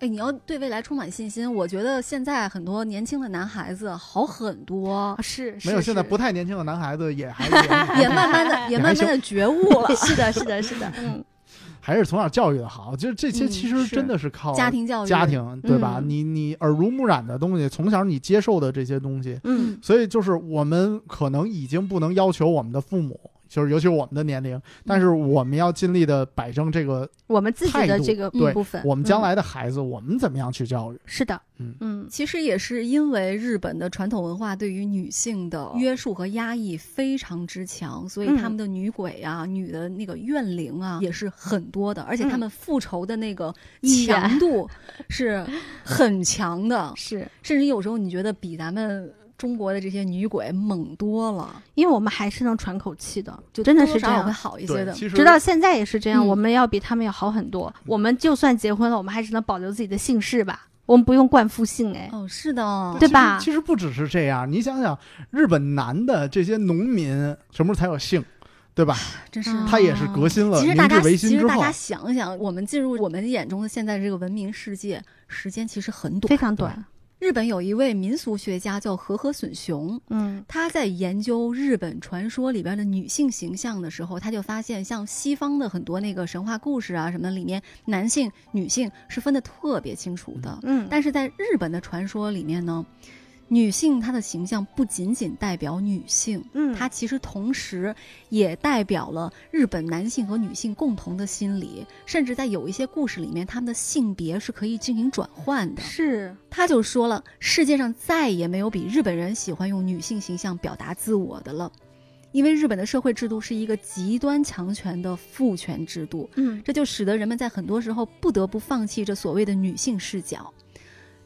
Speaker 4: 哎，你要对未来充满信心。我觉得现在很多年轻的男孩子好很多
Speaker 2: (laughs)
Speaker 1: 啊，是。
Speaker 2: 没有现在不太年轻的男孩子也还也
Speaker 4: 也慢慢的也
Speaker 2: 还
Speaker 4: 慢慢的觉悟了
Speaker 2: 哎
Speaker 1: 是的，是的，是的，嗯，
Speaker 2: 还是从小教育的好。就是这些
Speaker 4: 嗯
Speaker 2: 其实
Speaker 1: 是
Speaker 2: 真的是靠
Speaker 4: 家庭教育，
Speaker 2: 家，庭对吧？
Speaker 1: 嗯
Speaker 2: 你你耳濡目染的东西，从小你接受的这些东西，
Speaker 1: 嗯，
Speaker 2: 所以就是我们可能已经不能要求我们的父母，就是尤其我们的年龄，但是我们要尽力的摆正这个
Speaker 1: 我们自己
Speaker 2: 态
Speaker 1: 的
Speaker 2: 度
Speaker 1: 这个
Speaker 2: 对
Speaker 1: 部分，
Speaker 2: 我们将
Speaker 1: 嗯
Speaker 2: 来的孩子，我们怎么样去教育？
Speaker 1: 是的，
Speaker 2: 嗯
Speaker 1: 嗯，
Speaker 4: 其实也是因为日本的传统文化对于女性的约束和压抑非常之强，所以
Speaker 1: 嗯
Speaker 4: 他们的女鬼啊、女的那个怨灵啊也是很多的，而且他们复仇的那个
Speaker 1: 嗯意愿
Speaker 4: 强度是很强的，
Speaker 1: 是
Speaker 4: 甚至有时候你觉得比咱们中国的这些女鬼猛多了，
Speaker 1: 因为我们还是能喘口气的，
Speaker 4: 就
Speaker 1: 真的
Speaker 4: 多
Speaker 1: 是这
Speaker 4: 少少会
Speaker 1: 样。
Speaker 4: 好一些
Speaker 2: 对，
Speaker 4: 的。
Speaker 2: 其实
Speaker 1: 直到现在也是这样，
Speaker 4: 嗯
Speaker 1: 我们要比他们要好很
Speaker 2: 嗯
Speaker 1: 多。我们就算结婚了，我们还是能保留自己的姓氏吧，我们不用冠夫姓哎。
Speaker 4: 哦，是的，
Speaker 1: 对吧
Speaker 2: 其实不只是这样，你想想，日本男的这些农民什么时候才有姓，对吧？
Speaker 4: 真是。啊
Speaker 1: 嗯
Speaker 2: 他也是革新了
Speaker 4: 其实
Speaker 2: 明
Speaker 4: 大
Speaker 2: 治
Speaker 4: 家，
Speaker 2: 维
Speaker 4: 其
Speaker 2: 新
Speaker 4: 实
Speaker 2: 之
Speaker 4: 大
Speaker 2: 后，
Speaker 4: 家想想，我们进入我们眼中的现在这个文明世界，时间其实很短
Speaker 1: 非。常短，
Speaker 4: 日本有一位民俗学家叫和和隼雄，
Speaker 1: 嗯
Speaker 4: 他在研究日本传说里边的女性形象的时候，他就发现，像西方的很多那个神话故事啊什么的里面，男性、女性是分得特别清楚的。
Speaker 1: 嗯，
Speaker 4: 但是在日本的传说里面呢，女性她的形象不仅仅代表女性，
Speaker 1: 嗯
Speaker 4: 它其实同时也代表了日本男性和女性共同的心理，甚至在有一些故事里面，他们的性别是可以进行转换的。
Speaker 1: 是
Speaker 4: 他就说了，世界上再也没有比日本人喜欢用女性形象表达自我的了，因为日本的社会制度是一个极端强权的父权制度，
Speaker 1: 嗯
Speaker 4: 这就使得人们在很多时候不得不放弃这所谓的女性视角。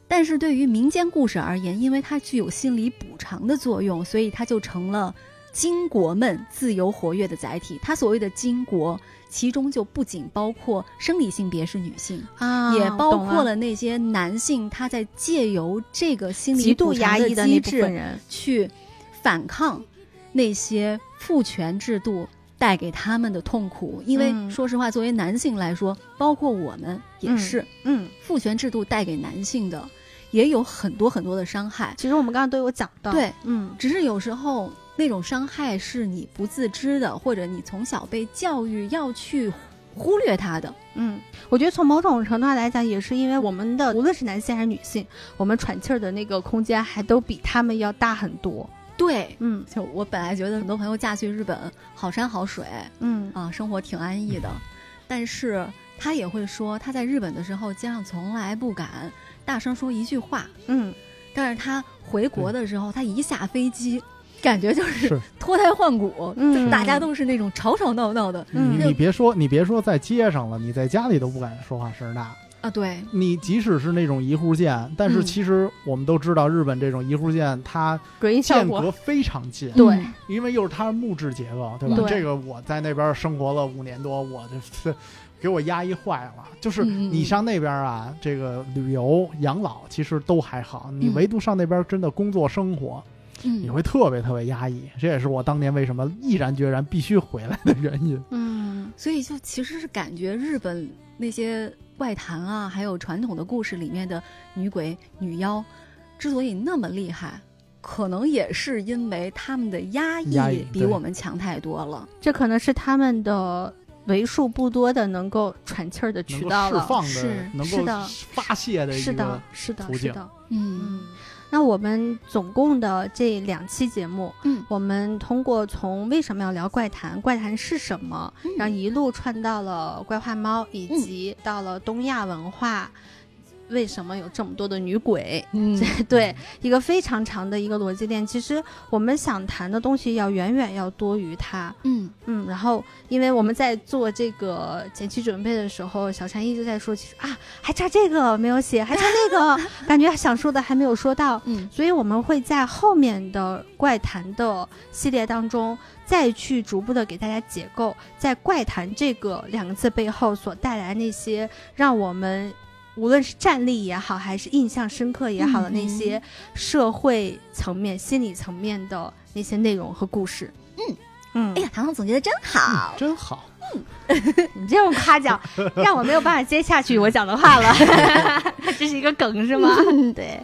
Speaker 4: 但是对于民间故事而言，因为它具有心理补偿的作用，所以它就成了巾帼们自由活跃的载体。它所谓的巾帼，其中就不仅包括生理性别是女性，
Speaker 1: 啊，
Speaker 4: 也包
Speaker 1: 懂
Speaker 4: 括
Speaker 1: 了
Speaker 4: 了那些男性，他在借由这个心理
Speaker 1: 极度
Speaker 4: 补偿
Speaker 1: 压抑的
Speaker 4: 机
Speaker 1: 那部分
Speaker 4: 制
Speaker 1: 人，
Speaker 4: 去反抗那些父权制度带给他们的痛苦。因为、
Speaker 1: 嗯
Speaker 4: 说实话，作为男性来说，包括我们也
Speaker 1: 嗯
Speaker 4: 是、
Speaker 1: 嗯，
Speaker 4: 父权制度带给男性的也有很多很多的伤害。
Speaker 1: 其实我们刚刚都有讲到，
Speaker 4: 对，
Speaker 1: 嗯
Speaker 4: 只是有时候那种伤害是你不自知的，或者你从小被教育要去忽略它的。
Speaker 1: 嗯，我觉得从某种程度上来讲，也是因为我们的无论是男性还是女性，我们喘气儿的那个空间还都比他们要大很多，
Speaker 4: 对，
Speaker 1: 嗯
Speaker 4: 就我本来觉得很多朋友嫁去日本好山好水
Speaker 1: 嗯
Speaker 4: 啊，生活挺安逸的，但是他也会说他在日本的时候街上从来不敢大声说一句话，
Speaker 1: 嗯，
Speaker 4: 但是他回国的时候，他一下飞机，感觉就是
Speaker 2: 是
Speaker 4: 脱胎换骨，
Speaker 1: 嗯
Speaker 4: 就大家都是那种吵吵闹闹的
Speaker 1: 嗯
Speaker 2: 你你别说你别说在街上了，你在家里都不敢说话声儿大。
Speaker 4: 啊，对，
Speaker 2: 你即使是那种一户建，但是
Speaker 4: 嗯
Speaker 2: 其实我们都知道，日本这种一户建它
Speaker 1: 隔音效
Speaker 2: 间
Speaker 1: 果，
Speaker 2: 隔非常近，
Speaker 1: 对
Speaker 4: 嗯
Speaker 2: 因为又是它是木质结构，对吧？
Speaker 1: 嗯对
Speaker 2: 这个我在那边生活了五年多，我这 (laughs) 给我压抑坏了。就是
Speaker 4: 嗯嗯
Speaker 2: 你上那边啊，这个旅游、养老其实都还好，你
Speaker 1: 嗯
Speaker 2: 唯独上那边真的工作生活，
Speaker 4: 嗯，
Speaker 2: 你会特别特别压抑。这也是我当年为什么毅然决然必须回来的原
Speaker 1: (laughs)
Speaker 2: 因。
Speaker 1: 嗯
Speaker 4: 所以就其实是感觉日本那些怪谈啊，还有传统的故事里面的女鬼、女妖，之所以那么厉害，可能也是因为他们的压
Speaker 2: 压抑
Speaker 4: 抑比
Speaker 2: 对
Speaker 4: 我们强太多了。
Speaker 1: 这可能是他们的为数不多的能够喘气儿的
Speaker 2: 能
Speaker 1: 渠
Speaker 2: 够
Speaker 1: 道
Speaker 2: 释
Speaker 1: 了。
Speaker 2: 放
Speaker 4: 是
Speaker 2: 的、能
Speaker 1: 是的
Speaker 2: 够发泄的一
Speaker 1: 是
Speaker 2: 个
Speaker 1: 的，是的，
Speaker 2: 途
Speaker 1: 是
Speaker 2: 径
Speaker 1: 的。
Speaker 4: 嗯
Speaker 1: 嗯，那我们总共的这两期节目，
Speaker 4: 嗯
Speaker 1: 我们通过从为什么要聊怪谈，怪谈是什么，然后一路串到了怪话猫，以
Speaker 4: 嗯
Speaker 1: 及到了东亚文化。为什么有这么多的女鬼？
Speaker 4: 嗯，
Speaker 1: (laughs) 对，一个非常长的一个逻辑链。其实我们想谈的东西要远远要多于它。
Speaker 4: 嗯，
Speaker 1: 嗯，然后因为我们在做这个前期准备的时候，小婵一直在说，其实啊，还差这个没有写，还差那
Speaker 4: (laughs)
Speaker 1: 个，感觉想说的还没有说到。
Speaker 4: 嗯，
Speaker 1: 所以我们会在后面的怪谈的系列当中，再去逐步的给大家解构，在怪谈这个两个字背后所带来那些让我们无论是站立也好，还是印象深刻也好的那些社会层面、心理层面的那些内容和故事。嗯嗯，
Speaker 4: 哎呀，糖糖总结的真好，
Speaker 2: 真好。
Speaker 1: 你这种夸
Speaker 4: (laughs)
Speaker 1: 奖让我没有办法接下去我讲的话了，这是一个梗是吗？对，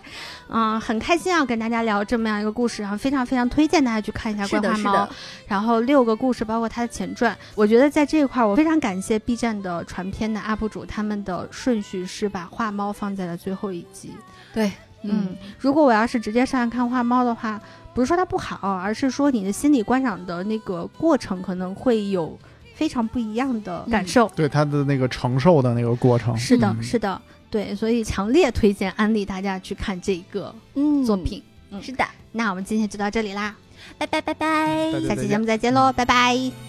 Speaker 1: 嗯，很开心啊，跟大家聊这么样一个故事，然后非常非常推荐大家去看一下《
Speaker 4: 是
Speaker 1: 怪
Speaker 4: 的，
Speaker 1: 嗯花
Speaker 4: 是
Speaker 1: 猫》
Speaker 4: 的，
Speaker 1: 然后六个故事包括它的前传，我觉得在这一块儿我非常感谢 B 站的传片的 UP 主，他们的顺序是把画猫放在了最后一集。
Speaker 4: 对，
Speaker 1: 嗯，如果我要是直接上来看画猫的话，不是说它不好，而是说你的心理观赏的那个过程可能会有非常不一样的感
Speaker 4: 嗯
Speaker 1: 受。
Speaker 2: 对他的那个承受的那个过程，
Speaker 1: 是的，
Speaker 2: 嗯
Speaker 1: 是的，对，所以强烈推荐安利大家去看这个
Speaker 4: 嗯，
Speaker 1: 作品。嗯
Speaker 4: 是的，
Speaker 1: 那我们今天就到这里啦，
Speaker 4: 嗯拜拜拜拜。
Speaker 2: 对对
Speaker 1: 下
Speaker 2: 对
Speaker 1: 期节目再见喽，拜拜。